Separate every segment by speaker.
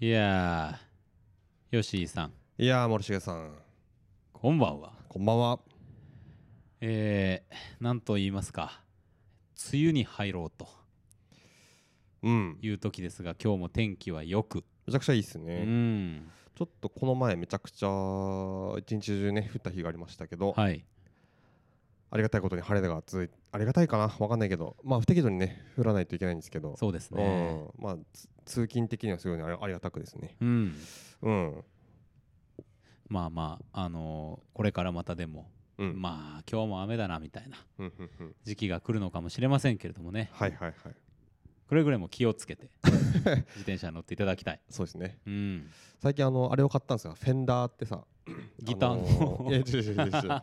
Speaker 1: いやー、ヨッシーさん、
Speaker 2: いやー森重さん
Speaker 1: こんばんは。
Speaker 2: こんばんは
Speaker 1: えー、なんと言いますか、梅雨に入ろうと
Speaker 2: うん
Speaker 1: いう時ですが、今日も天気はよく、
Speaker 2: めちゃくちゃいいっす
Speaker 1: う
Speaker 2: ね、
Speaker 1: ん、
Speaker 2: ちょっとこの前めちゃくちゃ一日中ね降った日がありましたけど、
Speaker 1: はい、
Speaker 2: ありがたいことに晴れが続いありがたいかなわかんないけどまあ不適度にね降らないといけないんですけど
Speaker 1: そうですね。
Speaker 2: うん、まあつ通勤的にはすごいありありがたくですね
Speaker 1: うん、
Speaker 2: うん
Speaker 1: まあまあ、あのーこれからまたでも、
Speaker 2: うん
Speaker 1: まあ、今日も雨だなみたいな
Speaker 2: うんうんうん
Speaker 1: 時期が来るのかもしれませんけれどもね、
Speaker 2: はいはいはい
Speaker 1: くれぐれも気をつけ て、自転車に乗っていただきたい。
Speaker 2: そうですね
Speaker 1: うん、
Speaker 2: 最近あのあれを買ったんですがフェンダーってさ
Speaker 1: ギターの
Speaker 2: あのーいや違う違う違う違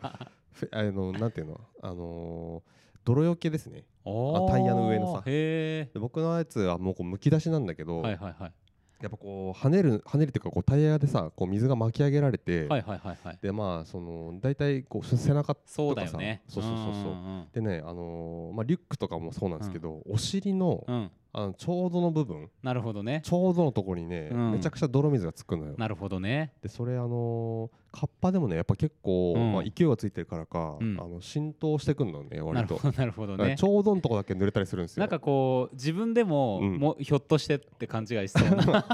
Speaker 2: うフェあのなんていうのあのー泥よけですね
Speaker 1: おー
Speaker 2: タイヤの上のさ
Speaker 1: へ
Speaker 2: で僕のやつはもうこうむき出しなんだけ
Speaker 1: え、
Speaker 2: ど、
Speaker 1: はいはいはい。
Speaker 2: やっぱこう跳ねる跳ねるっていうかこうタイヤでさこう水が巻き上げられて、
Speaker 1: はいはいはいはい。
Speaker 2: でまあその大体こうそ背中
Speaker 1: そうだよね。
Speaker 2: とかさそうそうそうそうん
Speaker 1: ん
Speaker 2: でねあのーまあ、リュックとかもそうなんですけど、お尻の
Speaker 1: うん。うん
Speaker 2: あのちょうどの部分
Speaker 1: なるほどね。
Speaker 2: ちょうどのところにね、
Speaker 1: うん
Speaker 2: めちゃくちゃ泥水がつくのよ
Speaker 1: なるほどね。
Speaker 2: でそれあのー、カッパでもねやっぱ結構、
Speaker 1: うん
Speaker 2: まあ、勢いがついてるからか、
Speaker 1: うん
Speaker 2: あの浸透してくんのね
Speaker 1: な
Speaker 2: 割
Speaker 1: る
Speaker 2: と
Speaker 1: ほどなるほど
Speaker 2: だから
Speaker 1: ね
Speaker 2: ち。ょうどのとこだけ濡れたりするんですよ
Speaker 1: なんかこう自分でも,、
Speaker 2: うん
Speaker 1: もうひょっとしてって勘違いしそう な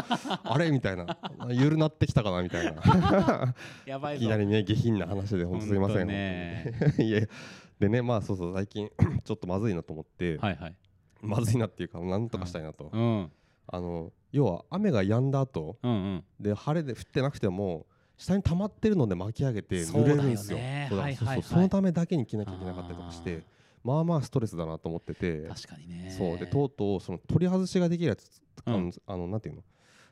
Speaker 2: あれみたい なゆるなってきたかなみたいな
Speaker 1: やば
Speaker 2: い
Speaker 1: い
Speaker 2: き
Speaker 1: ぞ
Speaker 2: なりね下品な話で本当すいません、
Speaker 1: ね
Speaker 2: 本当に いやいやでねまあそうそう最近 ちょっとまずいなと思って、
Speaker 1: はいはい
Speaker 2: まずいなっていうかなんとかしたいなと、
Speaker 1: うんうん
Speaker 2: あの要は雨が止んだ後
Speaker 1: うん
Speaker 2: で晴れで降ってなくても下に溜まってるので巻き上げて濡れるんです
Speaker 1: そうだ
Speaker 2: よ
Speaker 1: よね
Speaker 2: そうだ
Speaker 1: はいはいはい
Speaker 2: そうそうそのためだけに着なきゃいけなかったりとかしてまあまあストレスだなと思ってて
Speaker 1: 確かにね
Speaker 2: そうでとうとうその取り外しができるやつあの,、
Speaker 1: うん
Speaker 2: あのなんていうの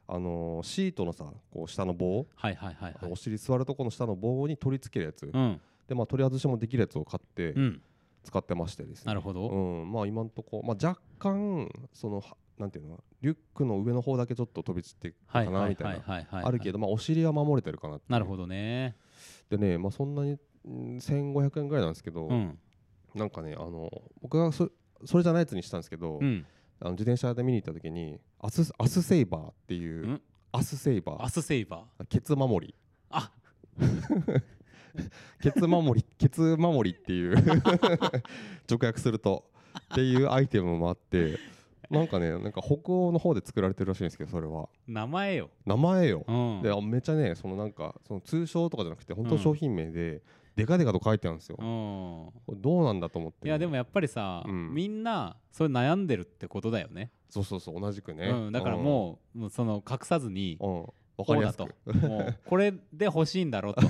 Speaker 2: あのーシートのさこう下の棒
Speaker 1: はいはいはいはい
Speaker 2: お尻座るとこの下の棒に取り付けるやつ、
Speaker 1: うん、
Speaker 2: でまあ取り外しもできるやつを買って
Speaker 1: うん、
Speaker 2: 使ってましてですね
Speaker 1: なるほど、
Speaker 2: うんまあ今んとこ、まあ、若干そのはなんていうのリュックの上の方だけちょっと飛び散ってる
Speaker 1: は
Speaker 2: か
Speaker 1: いは
Speaker 2: ないみたい
Speaker 1: はい
Speaker 2: な
Speaker 1: はいはい
Speaker 2: あるけどまあお尻は守れてるかなっていう
Speaker 1: なるほどね
Speaker 2: でねまあそんなにうん1500円ぐらいなんですけど、
Speaker 1: うん
Speaker 2: なんかねあの僕がそそれじゃないやつにしたんですけど、
Speaker 1: うん
Speaker 2: あの自転車で見に行った時にアスアスセイバーっていう、
Speaker 1: ん
Speaker 2: アスセイバ
Speaker 1: アスセイバー
Speaker 2: ーケツ守り
Speaker 1: あ
Speaker 2: ケツ守り ケツ守りっていう 直訳するとっていうアイテムもあってなんかねなんか北欧の方で作られてるらしいんですけどそれは
Speaker 1: 名前よ、
Speaker 2: 名前よ
Speaker 1: う、ん、
Speaker 2: であめっちゃねそのなんかその通称とかじゃなくて本当商品名でデカデカと書いてあるんですよ、
Speaker 1: うん
Speaker 2: これどうなんだと思って
Speaker 1: い
Speaker 2: ね、
Speaker 1: やでもやっぱりさ、
Speaker 2: うん
Speaker 1: みんなそれ悩んでるってことだよね
Speaker 2: そうそうそう同じくね、
Speaker 1: うん、だからもう,、もうその隠さずに
Speaker 2: うん、うん、わ
Speaker 1: こ
Speaker 2: か
Speaker 1: う
Speaker 2: り
Speaker 1: だ
Speaker 2: やすく
Speaker 1: ともうこれで欲しいんだろ うと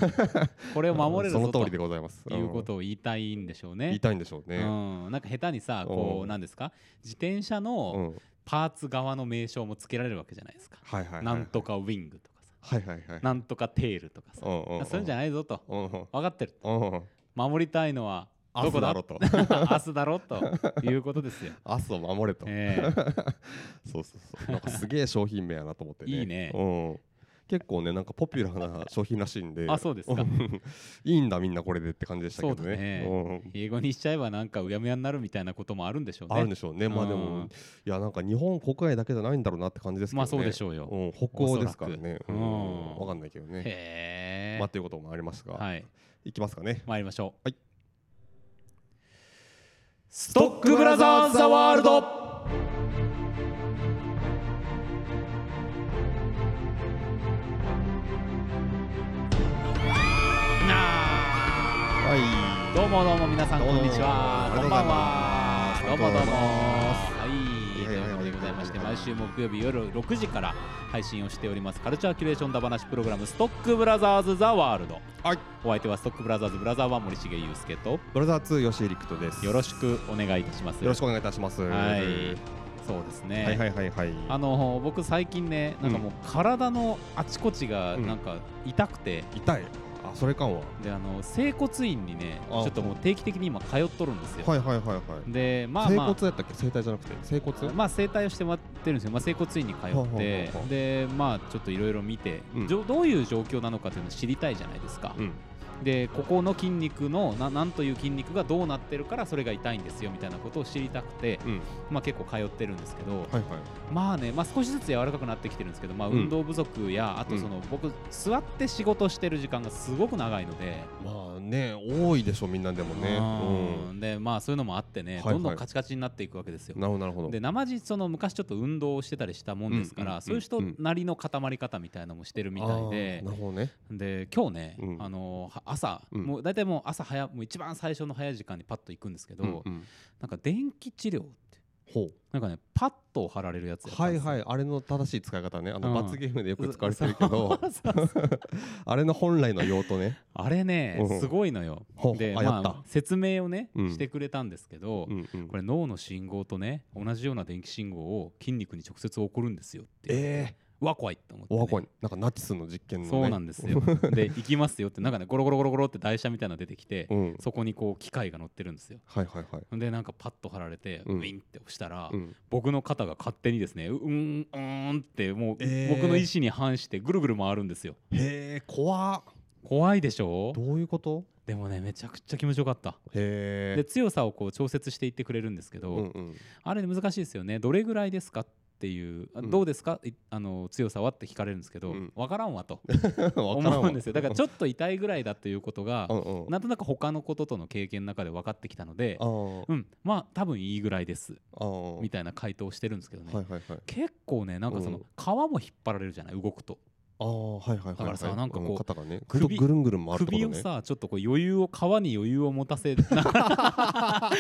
Speaker 1: これを守れる
Speaker 2: そ
Speaker 1: ぞ
Speaker 2: の
Speaker 1: と
Speaker 2: 通りでございます
Speaker 1: いうこ
Speaker 2: を
Speaker 1: とを言いたいんでしょう
Speaker 2: 言い
Speaker 1: ね。
Speaker 2: たいんでしょう
Speaker 1: う
Speaker 2: ね、
Speaker 1: ん、なんか下手にさこ
Speaker 2: う
Speaker 1: うんなんですか自転車
Speaker 2: う
Speaker 1: の
Speaker 2: ん、
Speaker 1: パーツ側の名称もつけられるわけじゃないですか。
Speaker 2: はいはいはい
Speaker 1: なんとかウィングとかさ
Speaker 2: はいはいはい
Speaker 1: なんとかテールとかさ
Speaker 2: うんうんうん
Speaker 1: そういうんじゃないぞと
Speaker 2: うんうん
Speaker 1: 分かってる
Speaker 2: うん
Speaker 1: 守りたいのはどこだ
Speaker 2: 明日だろ
Speaker 1: 明日だろということですよ。
Speaker 2: 明日を守れと、
Speaker 1: ええ
Speaker 2: そうそうそうなんかすげえ商品名やなと思って ね
Speaker 1: いいね
Speaker 2: うん、結構ねなんかポピュラーな商品らしいん で
Speaker 1: あそうですか
Speaker 2: いいんだみんなこれでって感じでしたけ
Speaker 1: そ
Speaker 2: ど
Speaker 1: うだ
Speaker 2: ね
Speaker 1: ね
Speaker 2: うん
Speaker 1: 英語にしちゃえばなんかうやむやになるみたいなこともあるんでしょうね。
Speaker 2: あるんでしょうね、まあで
Speaker 1: う
Speaker 2: も
Speaker 1: ん
Speaker 2: いやなんか日本国外だけじゃないんだろうなって感じですけどね
Speaker 1: まあそうでしょうよ。
Speaker 2: うん、北欧ですからね、
Speaker 1: おそらくうん
Speaker 2: わかんないけどね、
Speaker 1: へえ。
Speaker 2: まあということもありますが、い、
Speaker 1: はい、
Speaker 2: きますかね
Speaker 1: 参りましょう。
Speaker 2: はい。
Speaker 1: ストックブラザーズザワールド。な
Speaker 2: は
Speaker 1: あどうもどうも皆さん
Speaker 2: どう
Speaker 1: こ
Speaker 2: も
Speaker 1: んにちは。
Speaker 2: あり
Speaker 1: こ
Speaker 2: がと
Speaker 1: ん
Speaker 2: う
Speaker 1: ば
Speaker 2: ござ
Speaker 1: ん
Speaker 2: い
Speaker 1: はどう
Speaker 2: ま。す
Speaker 1: もどうも。はい、
Speaker 2: ありがとうございます
Speaker 1: ということでございまして、毎週木曜日夜6時から配信をしておりますカルチャーキュレーションだ話プログラムストックブラザーズザワールド。
Speaker 2: はい。
Speaker 1: お相手はストックブラザーズブラザー1森重裕介と
Speaker 2: いブラザー2吉井陸斗です
Speaker 1: よろしくお願いいたします。
Speaker 2: よろしくお願いいたします
Speaker 1: はい。そうですね。
Speaker 2: はいはいはいはい
Speaker 1: あの僕最近ねなんかもう体のあちこちが
Speaker 2: うん
Speaker 1: なんか痛くて、
Speaker 2: 痛いあそれかも
Speaker 1: であの整骨院にねち
Speaker 2: あ
Speaker 1: ょっともう定期的に今通っとるんですよ、
Speaker 2: はいはいはいはい
Speaker 1: でまあ
Speaker 2: 整
Speaker 1: まあ
Speaker 2: 骨やったっけ整体じゃなくて整骨
Speaker 1: まあ整体をしてもらってるんですよ、まあ、整骨院に通
Speaker 2: ほうほう
Speaker 1: っ
Speaker 2: ほ
Speaker 1: て
Speaker 2: うほう
Speaker 1: でまあちょっといろいろ見て、
Speaker 2: うん
Speaker 1: じょどういう状況なのかっていうのを知りたいじゃないですか、
Speaker 2: うん
Speaker 1: でここの筋肉のななんという筋肉がどうなってるからそれが痛いんですよみたいなことを知りたくて、
Speaker 2: うん
Speaker 1: まあ、結構通ってるんですけど、
Speaker 2: はいはい
Speaker 1: まあね、まあ、少しずつ柔らかくなってきてるんですけど、まあ、
Speaker 2: うん
Speaker 1: 運動不足や、あとその、僕座って仕事してる時間がすごく長いので。
Speaker 2: まあね多いでしょみんなでもね
Speaker 1: うんでまあそういうのもあってね、
Speaker 2: はいはい
Speaker 1: どんどんカチカチになっていくわけですよ
Speaker 2: うん。なるほどなるほど
Speaker 1: で生地その昔ちょっと運動をしてたりしたもんですから、
Speaker 2: うんうんうん
Speaker 1: そういう人なりの固まり方みたいなのもしてるみたいで
Speaker 2: あーなるほどね
Speaker 1: で今日ね、
Speaker 2: うん
Speaker 1: あのは朝、
Speaker 2: うん
Speaker 1: もう大体もう朝早もう一番最初の早い時間にパッと行くんですけど、
Speaker 2: うんうん
Speaker 1: なんか電気治療って
Speaker 2: ほう
Speaker 1: なんかねパッドを貼られるやつやった
Speaker 2: は
Speaker 1: ん
Speaker 2: い
Speaker 1: ですよ
Speaker 2: はいあれの正しい使い方ねあの
Speaker 1: うん
Speaker 2: 罰ゲームでよく使われてる けど あれの本来の用途ね
Speaker 1: あれね、
Speaker 2: うん
Speaker 1: すごいのよ
Speaker 2: ほ。う
Speaker 1: で、
Speaker 2: あやった
Speaker 1: まあ、説明をね、
Speaker 2: うん
Speaker 1: してくれたんですけど、
Speaker 2: うんうん
Speaker 1: これ脳の信号とね、同じような電気信号を筋肉に直接起こるんですよっていう。
Speaker 2: え
Speaker 1: うわ、怖いって思って、
Speaker 2: ー
Speaker 1: ね。
Speaker 2: わこになんかナチスの実験のね
Speaker 1: そうなんですよ。 で、行きますよって、なんかね、ゴロゴロゴロゴロって台車みたいなの出てきて、
Speaker 2: うん
Speaker 1: そこにこう機械が乗ってるんですよ。
Speaker 2: はいはいはい
Speaker 1: で、なんかパッと貼られて、
Speaker 2: うん
Speaker 1: ウィンって押したら、
Speaker 2: うん
Speaker 1: 僕の肩が勝手にですね、ううーん、うーんって、もう、
Speaker 2: えー
Speaker 1: 僕の意思に反してぐるぐる回るんですよ。
Speaker 2: へえ怖っ
Speaker 1: 怖いでしょ
Speaker 2: どういうこと
Speaker 1: でもね、めちゃくちゃ気持ちよかった。
Speaker 2: へ
Speaker 1: で
Speaker 2: え
Speaker 1: 強さをこう調節していってくれるんですけど、
Speaker 2: うんうん
Speaker 1: あれ難しいですよねどれぐらいですかっていう、あ
Speaker 2: うん
Speaker 1: どうですかいあの強さはって聞かれるんですけど、
Speaker 2: う
Speaker 1: わ
Speaker 2: ん
Speaker 1: からんわと
Speaker 2: わ
Speaker 1: 思うんですよだからち
Speaker 2: ょっ
Speaker 1: ょっと痛いぐらいだということが、
Speaker 2: と
Speaker 1: なんとなく他のこととの経験の中で分かってきたので、うん、まあ多分いいぐらいですみたいな回答をしてるんですけどね、
Speaker 2: はいはいはい
Speaker 1: 結構ねなんかその
Speaker 2: うん
Speaker 1: 皮も引っ張られるじゃない動くと
Speaker 2: ああはいはいはいはい
Speaker 1: だからさなんかこう
Speaker 2: う肩がねぐる
Speaker 1: 首
Speaker 2: ぐるんぐるん回るって
Speaker 1: 首
Speaker 2: こと
Speaker 1: を
Speaker 2: ね
Speaker 1: さちょっとこう余裕を皮に余裕を持た せなが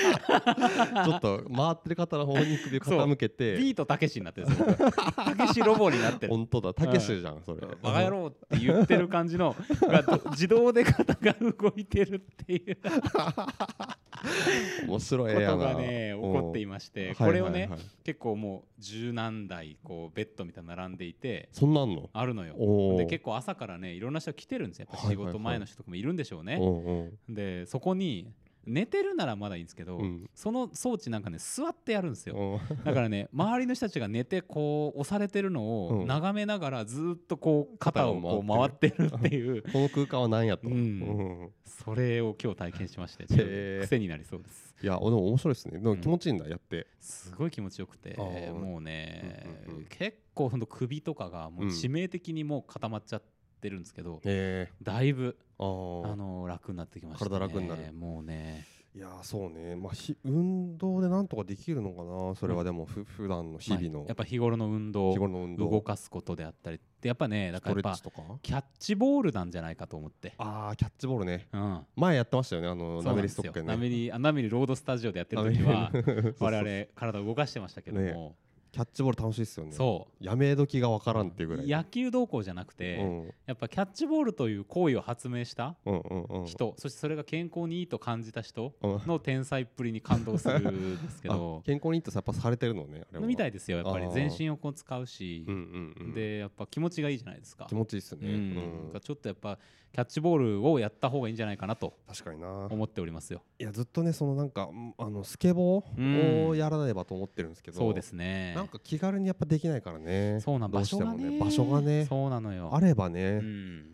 Speaker 1: ら
Speaker 2: ちょっと回ってる方の方に首を傾け て
Speaker 1: ビートたけしになってるんですよ僕たけしロボになってる
Speaker 2: 本当だたけしじゃんそれ
Speaker 1: バカ野郎って言ってる感じのがど自動で肩が動いてるっていうこ
Speaker 2: 面白い絵や
Speaker 1: とが
Speaker 2: な
Speaker 1: ね起こってい
Speaker 2: ま
Speaker 1: ましてこれをね
Speaker 2: はい
Speaker 1: 結構もう十何台こうベッドみたいなの並んでいて
Speaker 2: そんなんの
Speaker 1: あるのよ
Speaker 2: おー
Speaker 1: で結構朝からねいろんな人来てるんですよやっぱ
Speaker 2: は
Speaker 1: 仕
Speaker 2: いはいはい
Speaker 1: 事前の人とかもいるんでしょうね
Speaker 2: うんうん
Speaker 1: でそこに寝てるならまだいいんですけど
Speaker 2: うん
Speaker 1: その装置なんかね座ってやるんですよ
Speaker 2: うん
Speaker 1: だからね周りの人たちが寝てこう押されてるの
Speaker 2: う
Speaker 1: を
Speaker 2: ん
Speaker 1: 眺めながらずーっとこう肩をこう
Speaker 2: 肩
Speaker 1: 回
Speaker 2: を回
Speaker 1: ってるっていう
Speaker 2: この空間は何やと、
Speaker 1: うん
Speaker 2: うん
Speaker 1: それを今日体験しましてちょっと
Speaker 2: へー
Speaker 1: 癖になりそうです
Speaker 2: いやでも面白いですねでも
Speaker 1: うん
Speaker 2: 気持ちいいんだ、やって
Speaker 1: すごい気持ちよくて
Speaker 2: あー
Speaker 1: もうね
Speaker 2: うんうんうん
Speaker 1: 結構ほんと首とかがもう
Speaker 2: うん
Speaker 1: 致命的にもう固まっちゃってるんですけど
Speaker 2: え
Speaker 1: だいぶ
Speaker 2: あ
Speaker 1: あ
Speaker 2: ー
Speaker 1: の楽になってきましたね
Speaker 2: 体楽になる
Speaker 1: もうね
Speaker 2: いやーそうねまあひ運動でなんとかできるのかなそれはでもふ、普段の日々
Speaker 1: まあ
Speaker 2: の
Speaker 1: やっぱ日頃の運動
Speaker 2: 日頃の運動
Speaker 1: 動かすことであったりってやっぱねだ
Speaker 2: ス
Speaker 1: か
Speaker 2: ト
Speaker 1: らや
Speaker 2: レ
Speaker 1: っぱ
Speaker 2: ッチとか
Speaker 1: キャッチボールなんじゃないかと思って
Speaker 2: あーキャッチボールね
Speaker 1: うん
Speaker 2: 前やってましたよねあの
Speaker 1: そうな
Speaker 2: ナメ
Speaker 1: んで
Speaker 2: リス
Speaker 1: す
Speaker 2: トッ
Speaker 1: よ
Speaker 2: クね
Speaker 1: ナメリあナメリロードスタジオでやってる 時は我々体を動かしてましたけども
Speaker 2: キャッチボール楽しいですよね
Speaker 1: そ
Speaker 2: やめ時がわからんっていうぐ
Speaker 1: う
Speaker 2: らい
Speaker 1: 野球動向じゃなくて、
Speaker 2: うん、うん
Speaker 1: やっぱキャッチボールという行為を発明した
Speaker 2: うんうん
Speaker 1: 人、そしてそれが健康にいいと感じた人
Speaker 2: うん
Speaker 1: の天才っぷりに感動するんですけ
Speaker 2: あ
Speaker 1: ど
Speaker 2: 健康にいいってさやっぱされてるのねあれは
Speaker 1: みたいですよやっぱり
Speaker 2: あー
Speaker 1: 全身をこう使うし
Speaker 2: うん、うんうん、
Speaker 1: でやっぱ気持ちがいいじゃないですか
Speaker 2: 気。持ちいいっすね、
Speaker 1: う
Speaker 2: うん
Speaker 1: なん
Speaker 2: ん
Speaker 1: かちょっとやっぱキャッチボールをやった方がいいんじゃないかなと
Speaker 2: 確かにな
Speaker 1: 思っておりますよ。
Speaker 2: いやずっとねそのなんかんあのスケボー
Speaker 1: う
Speaker 2: を
Speaker 1: ん
Speaker 2: やらねばと思ってるんですけど、
Speaker 1: そうですね。
Speaker 2: なんか気軽にやっぱできないからね
Speaker 1: そうなん
Speaker 2: ど
Speaker 1: 場
Speaker 2: うし
Speaker 1: 所
Speaker 2: て
Speaker 1: が
Speaker 2: も
Speaker 1: ね
Speaker 2: 場所がね
Speaker 1: そうなのよ。
Speaker 2: あればね
Speaker 1: う、ん、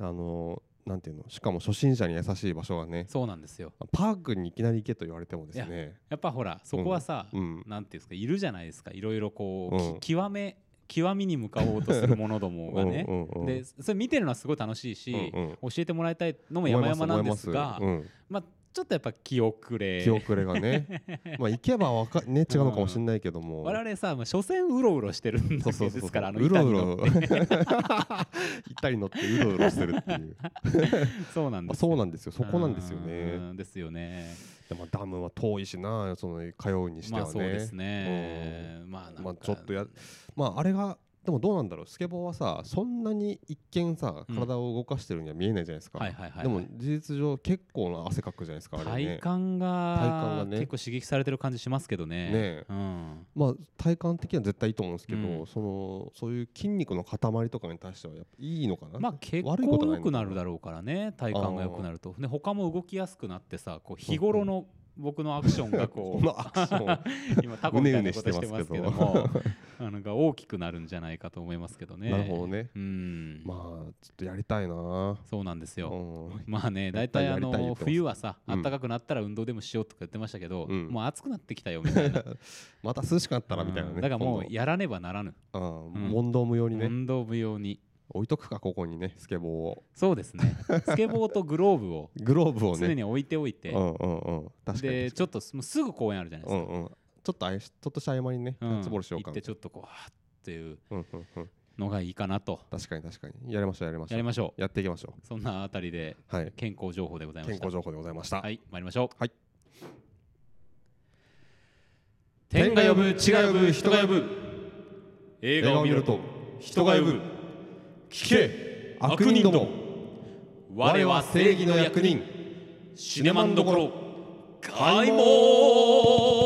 Speaker 2: あのなんていうのしかも初心者に優しい場所がね
Speaker 1: そうなんですよ。
Speaker 2: パークにいきなり行けと言われてもですね
Speaker 1: やっぱほらそこはさ、
Speaker 2: うん
Speaker 1: なんていうんですかいるじゃないですかいろいろこう、
Speaker 2: うん
Speaker 1: き極め極みに向かおうとする者どもがね
Speaker 2: うんうんうん
Speaker 1: でそれ見てるのはすごい楽しいし、
Speaker 2: うん
Speaker 1: 教えてもらいたいのも
Speaker 2: 思い
Speaker 1: 山
Speaker 2: ます
Speaker 1: 々なんですが
Speaker 2: 思います
Speaker 1: まあ、ちょっとやっぱ気遅
Speaker 2: うん
Speaker 1: れ
Speaker 2: 気遅れがね まあ行けばわかね違うのかもしれないけども、
Speaker 1: 我々さ、まあ、所詮うろうろしてるんだ
Speaker 2: そうそ
Speaker 1: け
Speaker 2: うそ
Speaker 1: で
Speaker 2: うそう
Speaker 1: すからあの
Speaker 2: う
Speaker 1: 板
Speaker 2: ろ
Speaker 1: に
Speaker 2: う
Speaker 1: 乗
Speaker 2: ろ
Speaker 1: って
Speaker 2: 板に乗ってうろうろしてるって いう、
Speaker 1: そうなん
Speaker 2: ま
Speaker 1: で
Speaker 2: あ、
Speaker 1: すよ
Speaker 2: そうなんですよそこなんですよ
Speaker 1: う
Speaker 2: ね
Speaker 1: んですよね
Speaker 2: でもダムは遠いしなその通うにして
Speaker 1: ま
Speaker 2: は
Speaker 1: あ
Speaker 2: ね,、
Speaker 1: そうですね、まあなんか、
Speaker 2: まあちょっとやまああれがでもどうなんだろうスケボーはさそんなに一見さ
Speaker 1: うん
Speaker 2: 体を動かしてるには見えないじゃないですか、
Speaker 1: はいはいはいはい
Speaker 2: でも事実上結構な汗かくじゃないですかあれ
Speaker 1: 体
Speaker 2: ね
Speaker 1: 感
Speaker 2: 体感
Speaker 1: が
Speaker 2: がね
Speaker 1: 結構刺激されてる感じしますけどね。
Speaker 2: ねえ
Speaker 1: うん、
Speaker 2: まあ体感的には絶対いいと思うんですけど、
Speaker 1: うん
Speaker 2: そのそういう筋肉の塊とかに対してはやっぱいいのかな、
Speaker 1: まあ血行
Speaker 2: 悪いことはないのかな
Speaker 1: 良くなるだろうからね体感が良くなるとで他も動きやすくなってさこう日頃の僕のアクションがこ
Speaker 2: このアク ション
Speaker 1: う今タコみたいなこと
Speaker 2: うね
Speaker 1: して
Speaker 2: うねして
Speaker 1: ま
Speaker 2: ますす
Speaker 1: け
Speaker 2: け
Speaker 1: ど
Speaker 2: ど
Speaker 1: も あのが大きくなるんじゃないかと思いますけどね。
Speaker 2: なるほどね
Speaker 1: うん、
Speaker 2: まあちょっとやりたいな
Speaker 1: そうなんですよ。
Speaker 2: うん
Speaker 1: まあね、
Speaker 2: や
Speaker 1: 大
Speaker 2: りたい
Speaker 1: 体あ
Speaker 2: やりたい言
Speaker 1: の
Speaker 2: ってます
Speaker 1: 冬はさ、
Speaker 2: うん
Speaker 1: 暖かくなったら運動でもしようとか言ってましたけど、
Speaker 2: うん
Speaker 1: もう暑くなってきたよみたい な。
Speaker 2: また涼しくなったらみたいなね
Speaker 1: うんだからもう
Speaker 2: 今度
Speaker 1: やらねばならぬ。
Speaker 2: うん
Speaker 1: うん
Speaker 2: 問答無用にね
Speaker 1: 運動無用に。
Speaker 2: 置いとくかここにねスケボーを
Speaker 1: そうですね。スケボーとグローブを
Speaker 2: グローブを
Speaker 1: 常
Speaker 2: ね
Speaker 1: に置いておいて、
Speaker 2: うんうんうん確かに
Speaker 1: で、ちょっともうすぐ公園あるじゃないうで
Speaker 2: んうんちょっとあやしちょっとした合間にね
Speaker 1: す
Speaker 2: キ
Speaker 1: か。
Speaker 2: ャ
Speaker 1: うん
Speaker 2: ッチボールしよう
Speaker 1: 行
Speaker 2: か
Speaker 1: ってちょっとこう、はーっていう
Speaker 2: うんうんうん
Speaker 1: のがいいかなと。
Speaker 2: 確かに確かにやりましょうやりまし
Speaker 1: や
Speaker 2: ょ
Speaker 1: り
Speaker 2: う
Speaker 1: ましょ
Speaker 2: やっていきましょ
Speaker 1: う。そんなあたりで
Speaker 2: うはい
Speaker 1: 健康情報でございま
Speaker 2: 健
Speaker 1: した
Speaker 2: 康。情報でございました
Speaker 1: はい、参りましょう。
Speaker 2: はい。
Speaker 1: 天が呼ぶ、地が呼ぶ、人が呼ぶ。映画を見ると、人が呼ぶ。
Speaker 2: 聞け悪人ども
Speaker 1: 我は正義の役人。シネマンどころ。開門。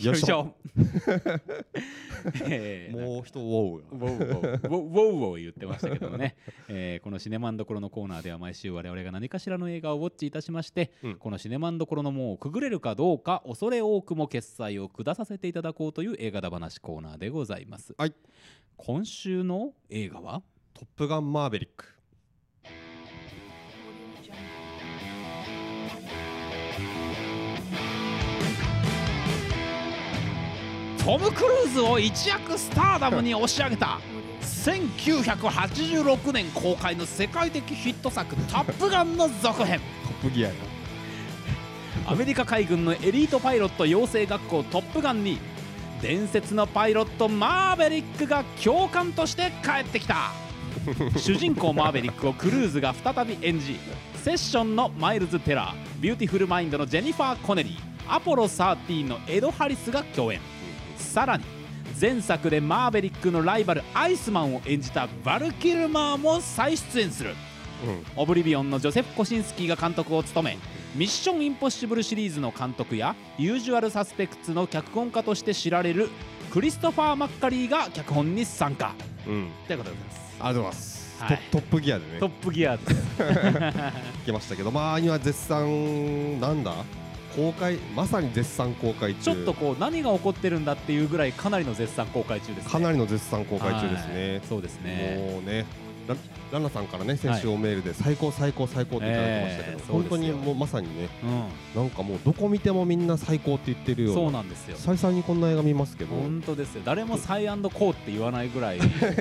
Speaker 2: よいしょ
Speaker 1: ょ。 えー
Speaker 2: もう人を追う
Speaker 1: ウォウウォウウォウウォウウォウ言ってましたけども ね、えーこのシネマンどころのコーナーでは毎週我々が何かしらの映画をウォッチいたしまして、
Speaker 2: うん
Speaker 1: このシネマンどころの門をくぐれるかどうか恐れ多くも決済を下させていただこうという映画だ話コーナーでございます、
Speaker 2: はい
Speaker 1: 今週の映画は
Speaker 2: 「トップガンマーヴェリック」
Speaker 1: トム・クルーズを一躍スターダムに押し上げた1986年公開の世界的ヒット作「タップガン」の続編
Speaker 2: トップギアや
Speaker 1: アメリカ海軍のエリートパイロット養成学校トップガンに伝説のパイロットマーヴェリックが教官として帰ってきた主人公マーヴェリックをクルーズが再び演じセッションのマイルズ・テラービューティフル・マインドのジェニファー・コネリーアポロ13のエド・ハリスが共演さらに前作でマーヴェリックのライバルアイスマンを演じたバル・キルマーも再出演する
Speaker 2: うん
Speaker 1: オブリビオンのジョセフ・コシンスキーが監督を務めミッション・インポッシブルシリーズの監督やユージュアル・サスペクツの脚本家として知られるクリストファー・マッカリーが脚本に参加
Speaker 2: うん
Speaker 1: ということでございます
Speaker 2: ありがとうございます
Speaker 1: はい
Speaker 2: トトップギアでね
Speaker 1: トップギアです
Speaker 2: 聞きましたけどまあ今絶賛なんだ公開まさに絶賛公開中
Speaker 1: ちょっとこう何が起こってるんだっていうぐらいかなりの絶賛公開中です、ね、
Speaker 2: かなりの絶賛公開中です
Speaker 1: は
Speaker 2: ね
Speaker 1: いそうですね
Speaker 2: もうねラランナさんからね先週おメールで最高最高最高っていただきましたけど、
Speaker 1: ええ
Speaker 2: 本当
Speaker 1: そうで
Speaker 2: に
Speaker 1: すよ
Speaker 2: もうまさにね
Speaker 1: う
Speaker 2: なんかもうどこ見てもみんな最高って言ってるよ
Speaker 1: ん、そうう
Speaker 2: な
Speaker 1: なんですよ
Speaker 2: 再々にこんな映画見ますけど
Speaker 1: 本当ですよ誰もサイアンドコーって言わないぐらい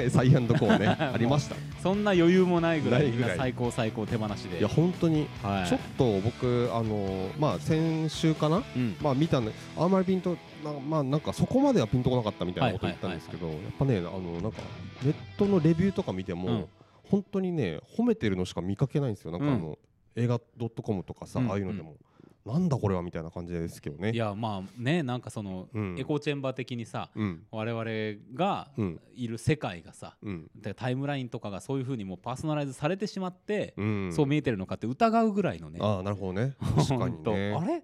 Speaker 2: サイアンドコ ーねありました
Speaker 1: そんな余裕もないぐらい
Speaker 2: ない
Speaker 1: み
Speaker 2: ぐ
Speaker 1: ん
Speaker 2: らい
Speaker 1: な最高最高手放しで
Speaker 2: いや本当に
Speaker 1: はい、
Speaker 2: ちょっと僕あのまあ先週かな
Speaker 1: うん、
Speaker 2: まあ見たんであんまりピンとなまあなんかそこまではピンとこなかったみたいなこと言ったんですけどやっぱねあのなんかネットのレビューとか見ても、
Speaker 1: うん
Speaker 2: 本当にね褒めてるのしか見かけないんですよなんかあの、映画 .com とかさ、
Speaker 1: うん
Speaker 2: ああいうのでも、なんだこれはみたいな感じですけどね
Speaker 1: いやまあねなんかその、
Speaker 2: うん
Speaker 1: エコチェンバー的にさ
Speaker 2: うん
Speaker 1: 我々が
Speaker 2: うん
Speaker 1: いる世界がさ
Speaker 2: うん
Speaker 1: でタイムラインとかがそういうふうにもうパーソナライズされてしまって、
Speaker 2: うん
Speaker 1: そう見えてるのかって疑うぐらいのね
Speaker 2: ああなるほ どね確かに
Speaker 1: ほんと
Speaker 2: ね
Speaker 1: あれ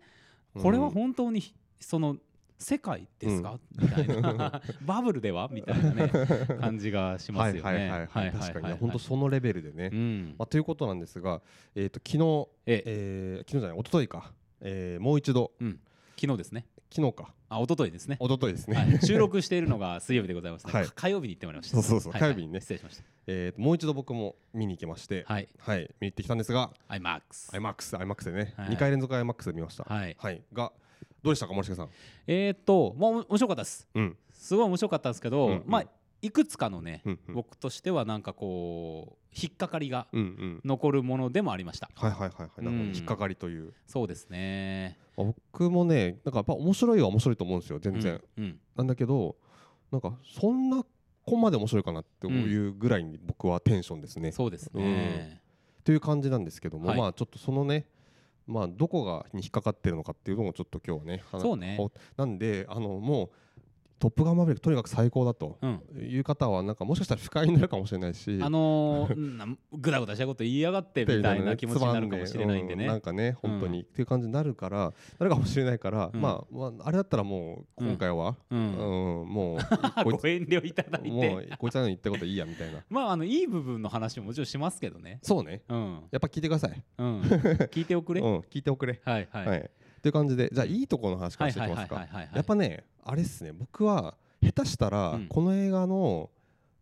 Speaker 2: うん
Speaker 1: これは本当にひその世界ですか、みたい なバブルではみたいなね感じがしま
Speaker 2: は
Speaker 1: す
Speaker 2: い
Speaker 1: よ
Speaker 2: はいはい
Speaker 1: ね。
Speaker 2: はい、確かにね本当
Speaker 1: そ
Speaker 2: そのレベルでね、
Speaker 1: うん
Speaker 2: まあ、ということなんですがえっ、と昨日
Speaker 1: ええ
Speaker 2: えー、昨日じゃない一昨日か、えー、もう一度
Speaker 1: うん、昨日ですね
Speaker 2: 昨日か
Speaker 1: あ一昨日ですね、
Speaker 2: 一昨日ですね、
Speaker 1: はい、収録しているのが水曜日でございますね、
Speaker 2: はい
Speaker 1: か火曜日に行ってまいりました
Speaker 2: そうそうそう
Speaker 1: はいはい
Speaker 2: 火曜日にね
Speaker 1: 失礼しまし
Speaker 2: えー、もう一度僕も見に行きまして、
Speaker 1: たはい
Speaker 2: はい見に行ってきたんですが
Speaker 1: iMAX
Speaker 2: iMAX、iMAX でね、
Speaker 1: は
Speaker 2: 二
Speaker 1: い
Speaker 2: 2回連続 iMAX で見ました。
Speaker 1: はい
Speaker 2: がどうでしたか、森重さん。
Speaker 1: えーっとまあ面白かったです
Speaker 2: うん、
Speaker 1: すごい面白かったんですけど、
Speaker 2: うんうん
Speaker 1: まあいくつかのね、
Speaker 2: うんうん
Speaker 1: 僕としてはなんかこう引っかかりが
Speaker 2: うん、うん。
Speaker 1: 残るものでもありました、
Speaker 2: はいはいはいはい、なるほど
Speaker 1: うん
Speaker 2: 引っかかりという。
Speaker 1: そうですね
Speaker 2: あ僕もね、なんかやっぱ面白いは面白いと思うんですよ、全然。
Speaker 1: うん、うん
Speaker 2: なんだけど、なんかそんな。ここまで面白いかなっていうぐらいに僕はテンションですね。
Speaker 1: そうですね、
Speaker 2: という感じなんですけども、
Speaker 1: はい
Speaker 2: まあちょっとそのねまあどこがに引っかかってるのかっていうのをちょっと今日はね話
Speaker 1: そうね
Speaker 2: ほなんであのもうトップガンマーヴェリックとにかく最高だと
Speaker 1: うん、
Speaker 2: いう方はなんかもしかしたら不快になるかもしれないし
Speaker 1: あのー、なぐだぐだしたこと言いやがっ てみたいな気持ちになるかもしれないんでね。
Speaker 2: つまんうなんかね本当に、っていう感じになるからなるかもしれないから、
Speaker 1: うん
Speaker 2: まあ、まああれだったらもう今回は、
Speaker 1: う
Speaker 2: うん
Speaker 1: ん
Speaker 2: もう
Speaker 1: ご
Speaker 2: こい
Speaker 1: 遠慮いただ
Speaker 2: つ
Speaker 1: い
Speaker 2: も
Speaker 1: て
Speaker 2: うこいつらの言ったこといいやみたいな
Speaker 1: まああのいい部分の話ももちろんしますけどね
Speaker 2: そうね
Speaker 1: うん
Speaker 2: やっぱ聞いてください、
Speaker 1: うん聞いておく
Speaker 2: う
Speaker 1: れ、
Speaker 2: ん、聞いておくれ
Speaker 1: はいはい
Speaker 2: はい、っていう感じでじゃあいいとこの話か
Speaker 1: は
Speaker 2: ら
Speaker 1: い
Speaker 2: してい
Speaker 1: はい
Speaker 2: き
Speaker 1: は
Speaker 2: ま
Speaker 1: い
Speaker 2: す
Speaker 1: は
Speaker 2: か
Speaker 1: いはい
Speaker 2: やっぱねあれっすね僕は下手した
Speaker 1: う
Speaker 2: ら
Speaker 1: ん
Speaker 2: この映画の、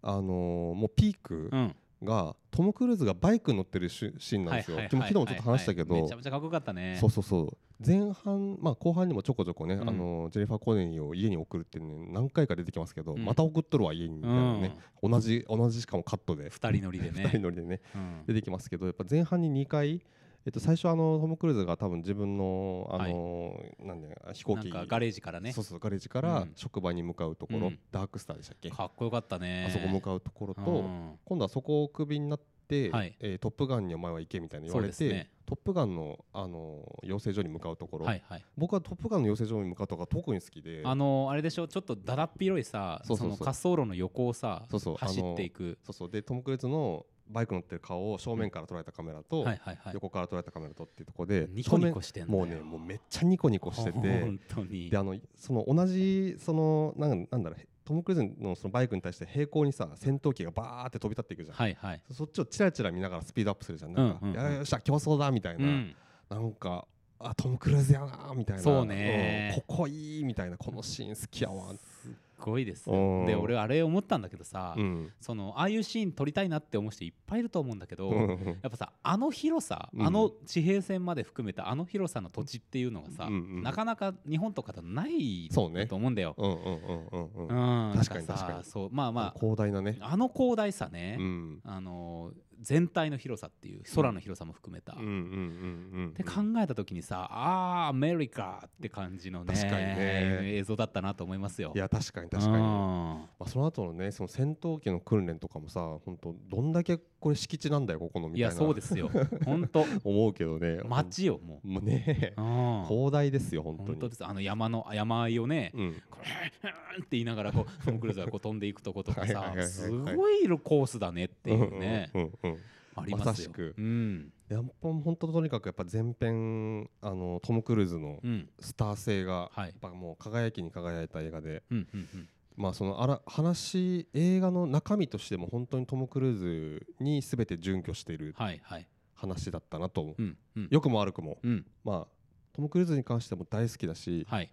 Speaker 2: あのーもうピーク
Speaker 1: うん
Speaker 2: がトム・クルーズがバイクに乗ってるシシーンなんですよ。
Speaker 1: はい
Speaker 2: で
Speaker 1: はい
Speaker 2: も
Speaker 1: はい
Speaker 2: 昨日もちょっと話したけ
Speaker 1: はい
Speaker 2: ど
Speaker 1: めちゃめちゃかっこよかったね
Speaker 2: そうそうそう前半、まあ、後半にもちょこちょこね、
Speaker 1: うん
Speaker 2: あのジェニファー・コネリーを家に送るって、ね、何回か出てきますけど、
Speaker 1: うん
Speaker 2: また送っとるわ家にみたいなね、同じ同じしかもカットで
Speaker 1: 二人乗 りで
Speaker 2: 2人
Speaker 1: ね
Speaker 2: 乗りでね
Speaker 1: うん
Speaker 2: 出てきますけどやっぱ前半に2回、えっと、最初あのトム・クルーズが多分自分のあの、なんだよ飛行
Speaker 1: なん
Speaker 2: 機
Speaker 1: かガレージからね
Speaker 2: そうそうガレージか
Speaker 1: う
Speaker 2: ら
Speaker 1: ん
Speaker 2: 職場に向かうところ、
Speaker 1: うん
Speaker 2: ダークスターでしたっけ、
Speaker 1: かっこよかったね
Speaker 2: あそこ向かうところと、
Speaker 1: うん
Speaker 2: 今度はそこをクビになって、
Speaker 1: はい
Speaker 2: えートップガンにお前は行けみたいに言われ
Speaker 1: そう
Speaker 2: て、
Speaker 1: ですね
Speaker 2: トップガンの、あのー養成所に向かうところ、
Speaker 1: はいはい
Speaker 2: 僕はトップガンの養成所に向かうとこが特に好きで
Speaker 1: あのーあれでしょちょっとだだっ広いさ
Speaker 2: そ
Speaker 1: そう
Speaker 2: そうそう
Speaker 1: の滑走路の横をさ
Speaker 2: そうそう
Speaker 1: 走っていく
Speaker 2: そうそうでトム・クルーズのバイク乗ってる顔を正面から捉えたカメラと、
Speaker 1: はいはいはい
Speaker 2: 横から捉えたカメラとっていうところで
Speaker 1: ニコニコしてん
Speaker 2: 正
Speaker 1: だ
Speaker 2: 面
Speaker 1: よ
Speaker 2: もうねもうめっちゃニコニコしてて
Speaker 1: 本当に
Speaker 2: であのその同じそのなんなんだろうトム・クルーズのそのバイクに対して平行にさ戦闘機がバーって飛び立っていくじゃん、
Speaker 1: はいはい
Speaker 2: そっちをチラチラ見ながらスピードアップするじゃんなんか、
Speaker 1: うんうんうん
Speaker 2: よっしゃ競争だみたいな、
Speaker 1: うん
Speaker 2: なんかあトム・クルーズやなみたいな
Speaker 1: そうね
Speaker 2: うんここいいみたいなこのシーン好きやわ、
Speaker 1: すごいです
Speaker 2: う
Speaker 1: よ
Speaker 2: ん
Speaker 1: で俺あれ思ったんだけどさ、
Speaker 2: うん
Speaker 1: そのああいうシーン撮りたいなって思う人いっぱいいると思うんだけど、
Speaker 2: うん
Speaker 1: やっぱさあの広さ、
Speaker 2: うん
Speaker 1: あの地平線まで含めたあの広さの土地っていうのがさ、
Speaker 2: うんうん
Speaker 1: なかなか日本とかだとない
Speaker 2: そうね
Speaker 1: と思うんだよ。
Speaker 2: うんうんうんうん
Speaker 1: う
Speaker 2: うん
Speaker 1: ん
Speaker 2: 確かに
Speaker 1: だらさ
Speaker 2: 確かに
Speaker 1: そうまあまあ
Speaker 2: 広大なね、
Speaker 1: あの広大さね
Speaker 2: う、ん、
Speaker 1: あの全体の広さっていう空の広さも含めた。
Speaker 2: うんうんうんうん
Speaker 1: って考えた時にさあーアメリカって感じのね
Speaker 2: 確かにね
Speaker 1: 映像だったなと思いますよ。
Speaker 2: いや確かに確かに、ま
Speaker 1: うん
Speaker 2: あ、その後のねその戦闘機の訓練とかもさ本当どんだけこれ敷地なんだよここの
Speaker 1: い
Speaker 2: みたい
Speaker 1: や
Speaker 2: な
Speaker 1: そうですよ本 当
Speaker 2: 思うけどね
Speaker 1: 街よもう。
Speaker 2: もうね
Speaker 1: うん
Speaker 2: 広大ですよ本当
Speaker 1: 本
Speaker 2: に
Speaker 1: 当ですあの山の山あいをね、
Speaker 2: うん
Speaker 1: こうって言いながらこうトム・クルーズがこう飛んでいくとことか
Speaker 2: はい
Speaker 1: さ
Speaker 2: はいはいはい
Speaker 1: すごいコースだねっていうね
Speaker 2: うんうんうんうん
Speaker 1: ありますよ
Speaker 2: まさしく
Speaker 1: うん
Speaker 2: やっぱ本当とにかくやっぱ前編あのトム・クルーズの
Speaker 1: うん
Speaker 2: スター性が
Speaker 1: は
Speaker 2: や
Speaker 1: い
Speaker 2: っぱもう輝きに輝いた映画で、
Speaker 1: うんうんうん
Speaker 2: まあそのあら話映画の中身としても本当にトム・クルーズに全て準拠している
Speaker 1: はいはい
Speaker 2: 話だったなと思う、
Speaker 1: うんうん
Speaker 2: 良くも悪くも、
Speaker 1: うん
Speaker 2: まあトム・クルーズに関しても大好きだし、
Speaker 1: はい